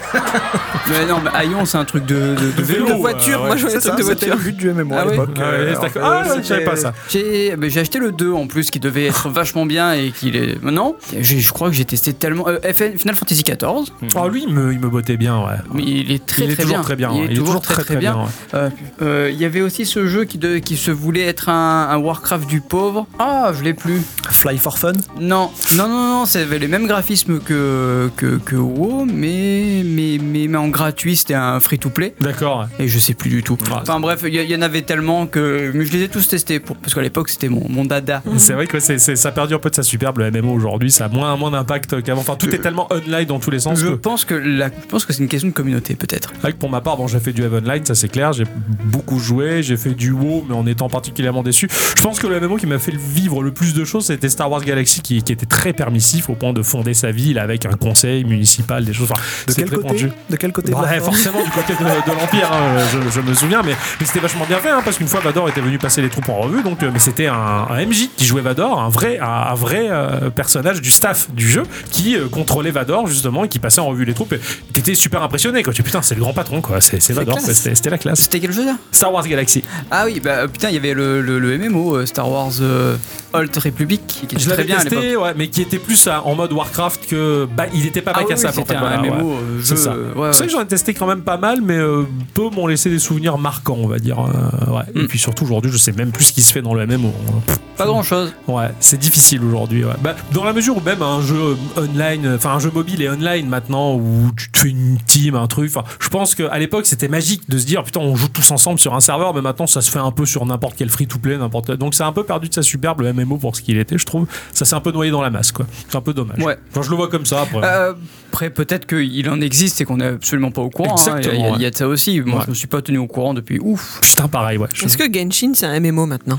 Mais non, mais Ion, c'est un truc de, de- de vélo.
De voiture,
euh, ouais.
moi je veux
C'est
des
ça,
trucs de
c'était
voiture.
le but du MMO à
Ah oui.
l'époque.
Ah,
Euh,
ouais,
alors,
d'accord.
euh,
Ah, ouais, je savais pas ça.
J'ai ben, j'ai acheté le 2 en plus qui devait être vachement bien et qu'il est. Non, j'ai- je crois que j'ai testé tellement. euh, FN Final Fantasy XIV,
Ah, lui, il me, il me bottait bien, ouais.
mais il est très
il est
très
toujours
bien.
très bien. hein.
Il est toujours très très bien.
ouais.
Euh, euh, Il y avait aussi ce jeu qui, de- qui se voulait être un, un Warcraft du pauvre. Ah, je l'ai plus.
Fly for Fun
Non, non, non, non, ça avait les mêmes graphismes que, que, que WoW, mais, mais, mais, mais en gratuit, c'était un free-to-play.
D'accord. ouais.
Et je sais plus du tout.
Ah,
Enfin bref, il y, il y en avait tellement que. Mais je les ai tous testés, pour, parce qu'à l'époque, c'était mon, mon dada.
C'est vrai que c'est, c'est- ça a perdu un peu de sa superbe le MMO aujourd'hui, ça a moins, moins d'impact qu'avant. Enfin, tout est tellement online dans tous les sens
Je
que.
pense que, la- je pense que c'est une question de communauté, peut-être.
C'est vrai que Ah, pour ma part, bon, j'ai fait du Heaven Light, ça c'est clair, j'ai beaucoup joué, j'ai fait du WoW, mais en étant particulièrement déçu. Je pense que le MMO qui m'a fait vivre le plus de choses, c'était Star Wars Galaxy, qui, qui était très permissif au point de fonder sa ville avec un conseil municipal, des choses. Enfin,
De
c'est
quel,
très
côté
pendu.
de quel côté de la
Ouais,
force
forcément du côté de, de l'Empire, hein, je, je me souviens, mais, mais c'était vachement bien fait, hein, parce qu'une fois Vador était venu passer les troupes en revue, donc euh, mais c'était un, un MJ qui jouait Vador, un vrai, un, un vrai euh, personnage du staff du jeu qui euh, contrôlait Vador justement et qui passait en revue les troupes. Et T'étais super impressionné, quoi. Tu dis, putain, c'est le grand patron, quoi. C'est c'est Vador,
classe.
quoi. C'était c'était la classe.
C'était quel jeu là
Star Wars Galaxy.
Ah oui, bah putain, il y avait le, le, le MMO, euh, Star Wars euh, Old Republic, qui était
Je
très
l'avais
bien à l'époque.
testé, ouais, mais qui était plus à- en mode Warcraft que. Bah, il était pas
Ah
bac
oui,
à
oui,
sable, en
c'était
fait,
un
voilà, ouais.
MMO, euh,
C'est
jeu,
ça.
euh, ouais,
C'est vrai
ouais.
que j'en ai testé quand même pas mal, mais euh, peu m'ont laissé des souvenirs marquants, on va dire. euh, ouais. Et
Mm.
puis surtout aujourd'hui, je sais même plus ce qui se fait dans le MMO. Pff,
Pas grand chose.
Ouais, c'est difficile aujourd'hui. ouais. Bah, dans la mesure où même un jeu euh, online, euh, enfin un jeu mobile et online maintenant, où tu te fais une team, un truc. enfin, Je pense qu'à l'époque, c'était magique de se dire putain, on joue tous ensemble sur un serveur, mais maintenant ça se fait un peu sur n'importe quel free-to-play, n'importe. Donc c'est un peu perdu de sa superbe le MMO pour ce qu'il était, je trouve. Ça s'est un peu noyé dans la masse, quoi. C'est un peu dommage.
Ouais.
Quand je le vois comme ça, après.
Euh, après, peut-être qu'il en existe et qu'on n'est absolument pas au courant. hein. Il y a-
Exactement,
il y, a de ça aussi. Moi,
Ouais.
je me suis pas tenu au courant depuis ouf.
Putain, pareil, ouais. Je-
Est-ce que Genshin c'est un MMO maintenant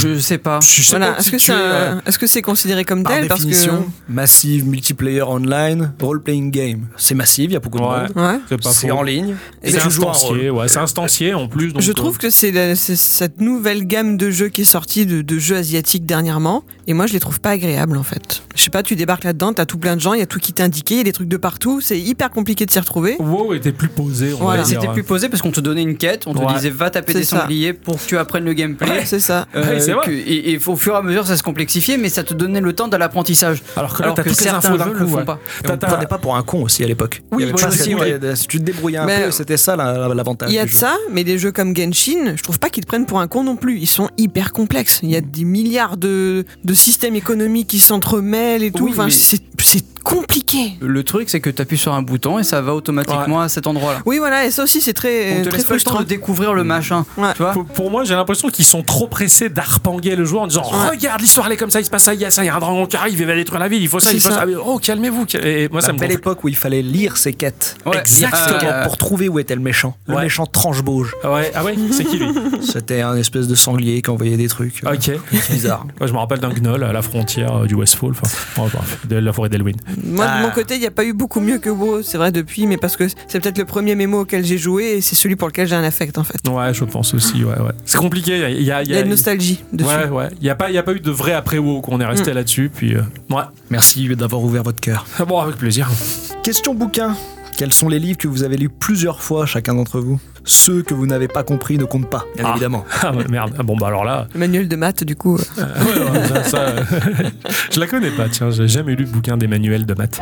Je sais pas.
je sais
Voilà.
pas
Est-ce
si
que
tu
c'est
es, euh, ouais.
un- est-ce que c'est considéré comme
Par
tel parce que
définition, massive multiplayer online, role-playing game. C'est massive, il y a beaucoup de
Ouais.
monde.
ouais.
C'est pas
C'est
faux.
en ligne.
Et c'est instancié, ouais, c'est instancié en plus. donc,
Je
euh,
trouve que c'est la- c'est cette nouvelle gamme de jeux qui est sortie de, de jeux asiatiques dernièrement, et moi je les trouve pas agréables en fait. Je sais pas, tu débarques là-dedans, t'as tout plein de gens, il y a tout qui t'est indiqué, il y a des trucs de partout, c'est hyper compliqué de s'y retrouver.
WoW était plus posé. On
Voilà.
va dire. hein.
C'était plus posé parce qu'on te donnait une quête, on te
Ouais.
disait va taper
C'est
des
ça.
sangliers pour que tu apprennes le gameplay.
C'est ça.
Euh,
Ouais, c'est vrai.
que- et, et au fur et à mesure, ça se complexifiait, mais ça te donnait le temps de l'apprentissage.
Alors que là, t'as toutes les
certains
infos d'un
jeux le
coup.
font
ouais.
pas.
T'as-
On te
t'as-
prenait pas pour un con aussi à l'époque.
Oui,
Il y avait
oui,
pas
aussi,
cette-
oui.
ouais, Si tu te débrouillais un
Mais-
peu, c'était ça la- la-
Ah,
l'avantage.
Il y a
du
de
jeu.
ça, mais des jeux comme Genshin, je trouve pas qu'ils te prennent pour un con non plus. Ils sont hyper complexes. Il y a
Mm.
des milliards de, de systèmes économiques qui s'entremêlent et tout.
Oui,
enfin,
mais-
c'est c'est compliqué.
Le truc, c'est que tu appuies sur un bouton et ça va automatiquement à cet endroit-là.
Oui, voilà, et ça aussi, c'est
On
très,
te
très
laisse pas le temps
frustrant.
de découvrir
Mm.
le machin.
Ouais.
Tu vois
Pour, pour moi, j'ai l'impression qu'ils sont trop pressés d'arpanguer le joueur en disant
Ouais.
Regarde, l'histoire elle est comme ça, il se passe ça, il y a ça, il y a un dragon qui arrive, il va détruire la ville, il faut ça,
C'est
il faut
ça. Bah,
ça. Oh, calmez-vous. cal- Et moi,
La
ça me
belle
gonfle.
époque où il fallait lire ses quêtes.
Ouais,
Exactement.
euh,
pour trouver où était le méchant. Le
Ouais.
méchant tranche-bauge.
Ah ouais, ah ouais c'est qui lui
C'était un espèce de sanglier qui envoyait des trucs. euh,
Ok.
bizarres.
Moi, je me rappelle d'un gnoll à la frontière euh, du Westfall, enfin, ouais, bref, de la forêt d'Elwyn.
Moi,
Ah.
de mon côté, il n'y a pas eu beaucoup mieux que WoW, c'est vrai, depuis, mais parce que c'est peut-être le premier mémo auquel j'ai joué et c'est celui pour lequel j'ai un affect, en fait.
Ouais, je pense aussi, ouais, ouais. C'est compliqué, il y a.
Il y a une nostalgie dessus. Mm.
Ouais, ouais. Il n'y a, pas- il y a pas eu de vrai après-WoW qu'on est resté là-dessus, puis. euh, Ouais. Ah
Merci d'avoir ouvert votre cœur.
Bon, avec plaisir.
Question bouquin. Quels sont les livres que vous avez lus plusieurs fois chacun d'entre vous Ceux que vous n'avez pas compris ne comptent pas, bien
Ah.
évidemment.
Ah, bah, merde. Ah, Bon, bah alors là.
Le manuel de maths, du coup. euh.
euh, ouais, ouais, ça, ça, euh, je la connais pas, tiens, j'ai jamais lu le bouquin d'Emmanuel de maths.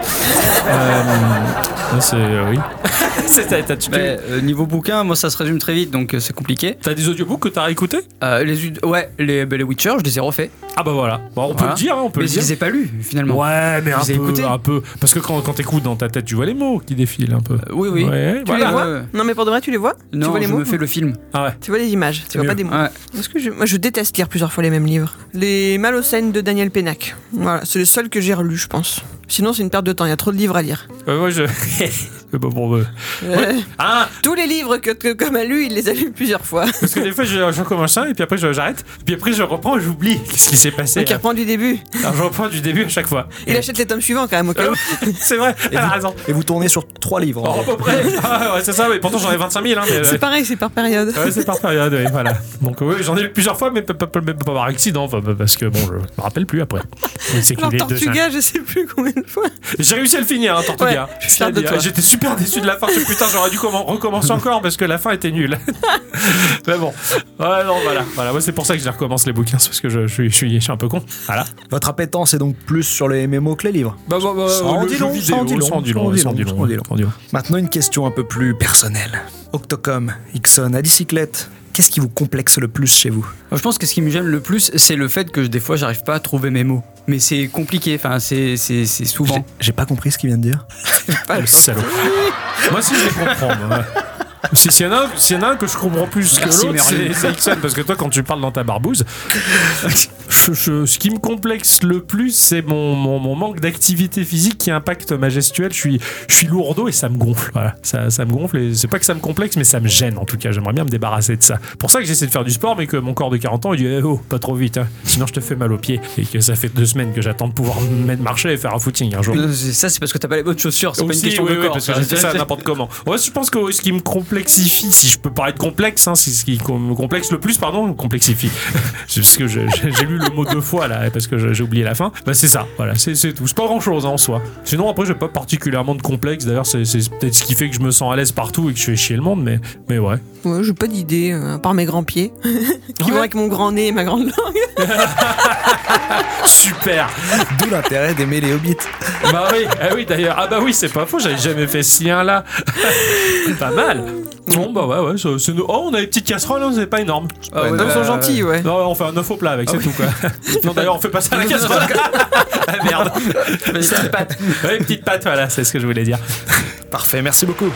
Euh, c'est. euh, oui. C'est- t'as- t'as- tu-
mais, euh, niveau bouquin, moi ça se résume très vite donc euh, c'est compliqué.
T'as des audiobooks que t'as réécoutés
Euh, les, ud- ouais, les, bah, les Witcher, je les ai refaits.
Ah, bah voilà. Bon, on peut
Voilà.
le dire, hein, on peut
mais
le
je
dire.
les ai pas lus finalement.
Ouais, mais un
les ai
peu,
écoutés
un peu. Parce que quand, quand t'écoutes dans ta tête, tu vois les mots qui défilent un peu.
Euh, oui, oui.
Ouais,
Tu
voilà.
les vois
ouais, ouais.
Non, mais pour de vrai, tu les vois Tu
Non,
vois les
je
mots Mm.
me fais Ah, le film.
Ah ouais.
Tu vois les images, tu vois
mieux.
pas des mots.
Ouais.
Parce que je, moi, je déteste lire plusieurs fois les mêmes livres. Les Malocènes de Daniel Pénac. Voilà, c'est le seul que j'ai relu, je pense. Sinon, c'est une perte de temps, il y a trop de livres à lire.
Euh, moi, je. Euh, bon, bon, euh,
Euh,
Ah,
tous les livres que, que comme a lu, il les a lus plusieurs fois.
parce que des fois, je, je commence un, et puis après, je- j'arrête, puis après, je reprends, et j'oublie ce qui s'est passé.
Donc, il reprend du début.
Alors, je reprends du début à chaque fois.
Il achète les tomes suivants, quand même, au cas où.
Ah C'est vrai, elle a raison.
Et vous tournez sur trois livres. en
Oh, à
vrai.
peu près. Ah, ouais, c'est ça, mais pourtant, j'en ai 25 000. Hein, mais,
C'est pareil, c'est par période.
Ah Ouais, c'est par période, ouais, voilà. Donc, oui, j'en ai eu plusieurs fois, mais pas, pas- pas- mais pas par accident, enfin, parce que bon, je me rappelle plus après. Mais c'est qu'il
Alors,
est deux,
Tortuga, je sais plus combien de fois.
J'ai réussi à le finir, hein, Tortuga.
Ouais, je suis fier de toi.
J'étais super déçu de la fin. Je me suis dit, putain, j'aurais dû commen- recommencer encore parce que la fin était nulle. Mais bon. Ouais, non, voilà. voilà. Moi, c'est pour ça que je les recommence les bouquins, c'est parce que je, je suis, je, suis, je suis un peu con. Voilà.
Votre appétence est donc plus sur les mémos que les livres.
Bah, bah, bah,
Ça en
le
dit
jeu
long,
vidéo,
ça en dit long,
ça en dit
ça en
long,
dit
ça en dit
long,
long,
ça en dit long.
ça en dit long.
Maintenant, une question un peu plus personnelle. Octocom, Ixon, Adicyclette, qu'est-ce qui vous complexe le plus chez vous
Je pense que ce qui me gêne le plus, c'est le fait que je- des fois j'arrive pas à trouver mes mots. Mais c'est compliqué, enfin c'est c'est- c'est souvent.
J'ai pas compris ce qu'il vient de dire.
Ah, le salaud. moi, si je les comprends, moi. Si- S'il y, en a un- s'il y en a un que je comprends plus que
Merci,
l'autre, c'est
Merlin.
c'est Ixon, parce que toi, quand tu parles dans ta barbouze, je- je- ce qui me complexe le plus, c'est mon, mon- mon manque d'activité physique qui impacte ma gestuelle. Je suis, je suis lourdeau et ça me gonfle. Voilà. Ça, ça me gonfle et c'est pas que ça me complexe, mais ça me gêne en tout cas. J'aimerais bien me débarrasser de ça. Pour ça que j'essaie de faire du sport, mais que mon corps de 40 ans, il dit eh Oh, pas trop vite, hein. sinon je te fais mal aux pieds. Et que ça fait deux semaines que j'attends de pouvoir me mettre marcher et faire un footing un jour.
Euh, c'est- Ça c'est parce que t'as pas les bonnes chaussures, c'est pas une
Aussi,
question
oui,
de
oui,
corps.
parce que j'ai fait ça n'importe comment. Ouais, je pense que ce qui me complexifie, si je peux parler de complexe, hein, c'est ce qui com- me complexe le plus, pardon, complexifie. C'est parce que je- j'ai j'ai lu le mot deux fois là, parce que je- j'ai oublié la fin. Bah, c'est ça, voilà, c'est c'est tout. C'est pas grand chose en soi. Sinon, après, j'ai pas particulièrement de complexe. D'ailleurs, c'est c'est peut-être ce qui fait que je me sens à l'aise partout et que je fais chier le monde, mais, mais ouais.
Ouais, j'ai pas d'idée, euh, à part mes grands pieds, qui vont avec mon grand nez et ma grande langue.
Super
D'où l'intérêt d'aimer les hobbits.
Bah oui, ah oui d'ailleurs, ah bah oui, c'est pas faux, j'avais jamais fait ce lien là. pas mal. Bon, bah ouais, ouais, c'est- c'est nous. Oh, on a des petites casseroles, hein, c'est pas énorme.
Ah ouais,
Ils
bah,
sont gentils, ouais.
Non, on fait un œuf au plat avec, c'est tout quoi. non, d'ailleurs, on fait pas ça à la casserole. ah merde.
ouais. Petites pattes.
Ouais, petite pâte, voilà, c'est ce que je voulais dire.
Parfait, merci beaucoup.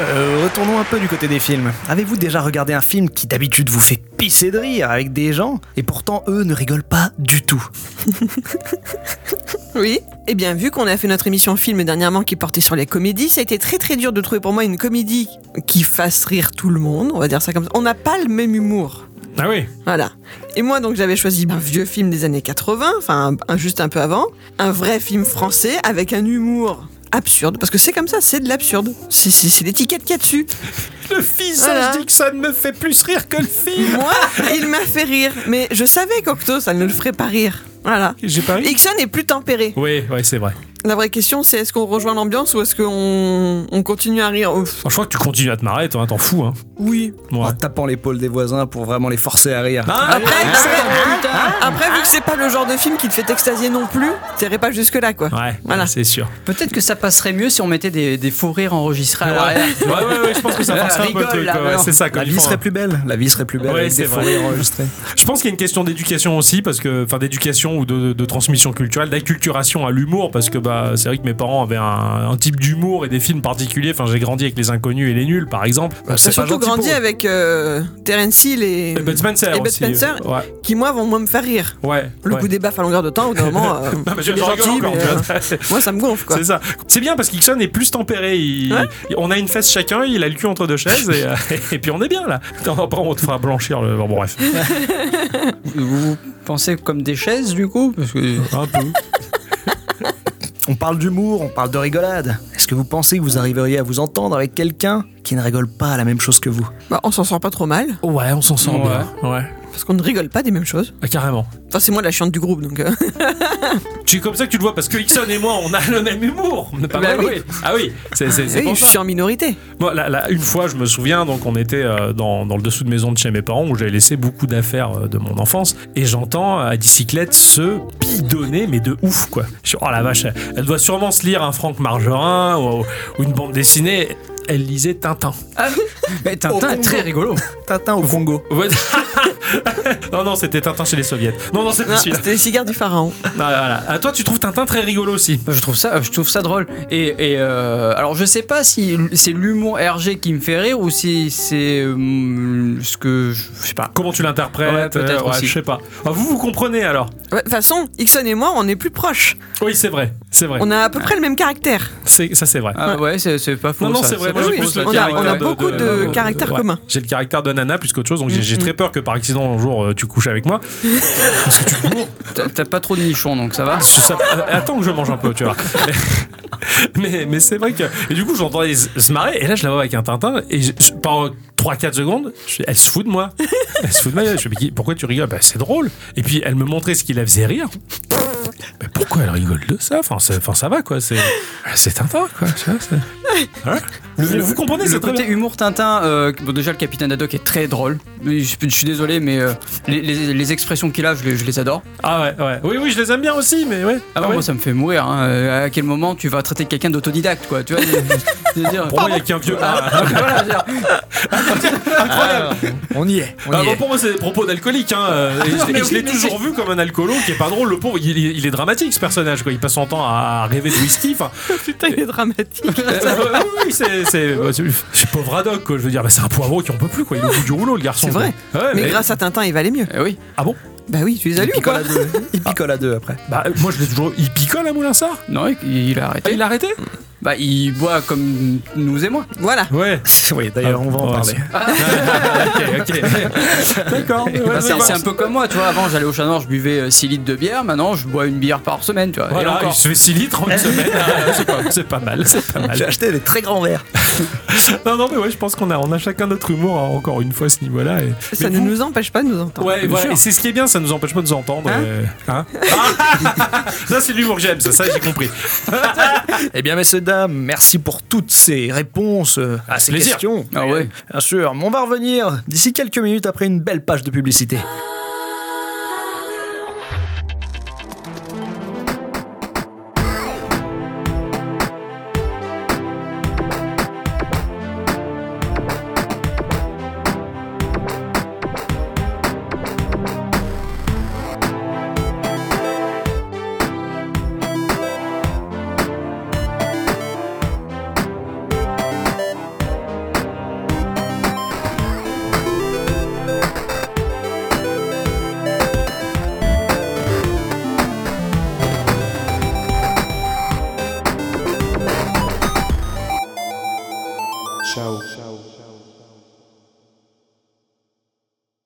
Euh, retournons un peu du côté des films. Avez-vous déjà regardé un film qui d'habitude vous fait pisser de rire avec des gens et pourtant eux ne rigolent pas du tout
Oui. Eh bien, vu qu'on a fait notre émission film dernièrement qui portait sur les comédies, ça a été très très dur de trouver pour moi une comédie qui fasse rire tout le monde. On va dire ça comme ça. On n'a pas le même humour.
Ah oui.
Voilà. Et moi, donc, j'avais choisi un vieux film des années 80, enfin, un- un- juste un peu avant, un vrai film français avec un humour absurde, parce que c'est comme ça, c'est de l'absurde. C'est- C'est c'est l'étiquette qu'il y a dessus.
Le visage
Voilà.
d'Ixon me fait plus rire que le film.
Moi, il m'a fait rire. Mais je savais qu'Octo, ça ne le ferait pas rire. Voilà.
J'ai pas ri.
Ixon est plus tempéré.
Oui, ouais, c'est vrai.
La vraie question, c'est est-ce qu'on rejoint l'ambiance ou est-ce qu'on on continue à rire Ouf.
Franchement, je crois que tu continues à te marrer, toi, hein, t'en fous. Hein.
Oui.
Ouais.
En tapant l'épaule des voisins pour vraiment les forcer à rire.
Ah,
Après, après, après, vu que c'est pas le genre de film qui te fait extasier non plus, t'irais pas jusque-là, quoi.
Ouais,
Voilà.
c'est sûr.
Peut-être que ça passerait mieux si on mettait des, des faux rires enregistrés à l'arrière.
Ouais, ouais, ouais, je pense que ça
Là,
forcerait un peu le
rigole,
truc.
là,
ouais,
maintenant.
c'est ça, quand
La
ils
vie
font
serait
un-
plus belle. La vie serait plus belle
Ouais,
avec
c'est
des
vrai.
fourrures enregistrées.
Je pense qu'il y a une question d'éducation aussi, parce que, enfin, d'éducation ou de, de transmission culturelle, d'acculturation à l'humour, parce que bah, c'est vrai que mes parents avaient un, un type d'humour et des films particuliers. Enfin, j'ai grandi avec les inconnus et les nuls, par exemple. Bah,
T'as
c'est pas
surtout
gentil
grandi
pour eux.
avec euh, Terence Hill et,
Et Bud Spencer
et Bud
aussi. euh,
Spencer.
Ouais,
qui, moi, vont moins me faire rire.
ouais.
Le
ouais.
coup des baffes à longueur de temps, au bout d'un moment, euh,
Non, mais je-
c'est
je rigole
gentil,
encore,
mais,
tu vois.
euh, moi, ça me gonfle, quoi. Hein
C'est ça. C'est bien parce qu'Ixon est plus tempéré. Il-
Ouais.
il- On a une fesse chacun, il a le cul entre deux chaises et, euh, et puis on est bien là. Attends, Après on te fera blanchir le. Bon, bref.
Vous pensez comme des chaises du coup Parce que
Un peu.
On parle d'humour, on parle de rigolade. Est-ce que vous pensez que vous arriveriez à vous entendre avec quelqu'un qui ne rigole pas à la même chose que vous
Bah, on s'en sort pas trop mal,
Ouais, on s'en sort
Ouais.
bien. Ouais.
parce qu'on ne rigole pas des mêmes choses.
Ah, carrément.
Enfin, c'est moi la chiante du groupe, donc. euh,
Tu es comme ça que tu le vois parce que Ixon et moi on a le même humour. On n'est pas
Bah
mal, oui. Ah oui, c'est c'est- c'est
oui,
pour
je
ça.
suis en minorité.
Moi, là, là, une fois, je me souviens, donc on était euh, dans, dans le dessous de maison de chez mes parents où j'avais laissé beaucoup d'affaires euh, de mon enfance et j'entends euh, à bicyclette se bidonner, mais de ouf quoi. Je suis, oh la vache, elle, elle doit sûrement se lire un Franck Margerin ou, ou une bande dessinée. Elle lisait Tintin.
Mais Tintin est très rigolo.
Tintin au Congo.
Ouais. non, non, c'était Tintin chez les soviets. Non, non, c'était
Non,
celui-là.
C'était les cigares du pharaon.
Ah, voilà. Ah, toi, tu trouves Tintin très rigolo aussi.
Je trouve ça, je trouve ça drôle. Et, et, euh, alors je sais pas si c'est l'humour RG qui me fait rire ou si c'est euh, ce que je je sais pas.
Comment tu l'interprètes
Ouais, peut-être
euh, ouais,
aussi.
Je sais pas. Ah, vous, vous comprenez alors
Ouais, De toute façon, Ixon et moi, on est plus proches.
Oui, c'est vrai. C'est vrai.
On a à peu près le même caractère.
C'est- Ça, c'est vrai.
Ah ouais, c'est c'est pas faux.
Non, non,
ça.
c'est vrai.
pas
Moi, j'ai
oui,
faux,
plus
ça.
le
on a-
caractère euh,
on a beaucoup de
ouais. Mm,
caractères communs.
J'ai le caractère de nana plus qu'autre chose, donc j'ai- j'ai très peur que par accident un jour euh, tu couches avec moi.
T'as- T'as pas trop de nichons donc ça va.
Ça- euh, attends que je mange un peu, tu vois. mais mais c'est vrai que. Et du coup, j'entendais se se marrer, et là, je la vois avec un Tintin, et je- je- pendant 3-4 secondes, je fais, elle se fout de moi. Elle se fout de ma gueule. Je fais, mais qui- pourquoi tu rigoles Bah, c'est drôle. Et puis, elle me montrait ce qui la faisait rire. Mais pourquoi elle rigole de ça enfin, c'est- enfin, ça va, quoi. C'est c'est Tintin, quoi. tu vois, c'est- Voilà. vous, vous comprenez,
Le
c'est très
côté
bien.
humour Tintin, euh, bon, déjà le capitaine Haddock est très drôle. Mais Je, je suis désolé, mais euh, les, les- les expressions qu'il a, je les, je les adore.
Ah ouais, ouais. Oui, oui, je les aime bien aussi, mais ouais.
Ah,
Ah ouais.
Moi, ça me fait mourir. hein. Euh, À quel moment tu vas traiter quelqu'un d'autodidacte, quoi Tu vois je veux dire-
Pour moi, il n'y a qu'un vieux. Ah,
Voilà, je veux dire.
On y est. On
Ah,
y
bon,
est.
pour moi, c'est des propos d'alcoolique. Hein. euh, et je l'ai- je l'ai toujours vu comme un alcoolo qui est pas drôle. Le pauvre, il, il est dramatique ce personnage. Quoi. Il passe son temps à rêver de whisky. Enfin,
Putain, il est dramatique.
euh, euh, oui, c'est. C'est bah, c'est- c'est pauvre Haddock, quoi. Je veux dire, bah, c'est un poivreau qui en peut plus, quoi. Il est au bout du rouleau, le garçon.
C'est
quoi.
vrai.
Ouais,
Mais
mais-
grâce à Tintin, il valait mieux.
Eh oui.
Ah bon
Bah oui, tu les as
Il
lus,
picole
quoi.
à deux. Il picole à deux après.
Bah, moi, je l'ai toujours. Il picole à Moulin Sart
Non, il, il a
Ah,
arrêté.
Il l'a arrêté
Bah, il boit comme nous et moi.
Voilà.
Ouais.
Oui, d'ailleurs, on va en
Ah,
parler.
ouais, ok, ok. D'accord. ouais,
Bah,
ouais,
c'est
bah,
c'est un peu comme moi, tu vois. Avant, j'allais au Chat Noir, je buvais euh, 6 litres de bière. Maintenant, je bois une bière par semaine, tu vois. Et
Voilà,
encore. Eh
il se fait 6 litres en une semaine. Ah, c'est pas- C'est pas mal, c'est pas mal.
J'ai acheté des très grands verres.
Non, non, mais ouais, je pense qu'on a, on a chacun notre humour, hein, encore une fois, à ce niveau-là. Et...
Ça
Mais
ne
vous-
nous empêche pas de nous entendre.
Ouais, voilà. Et c'est ce qui est bien, ça nous empêche pas de nous entendre. euh, hein. Ah ça, c'est l'humour que j'aime, ça, ça j'ai compris.
Eh bien, messieurs, dames, merci pour toutes ces réponses euh, à ces
Plaisir.
questions.
Ah ouais.
Bien sûr, mais on va revenir d'ici quelques minutes après une belle page de publicité.
Ciao. Ciao.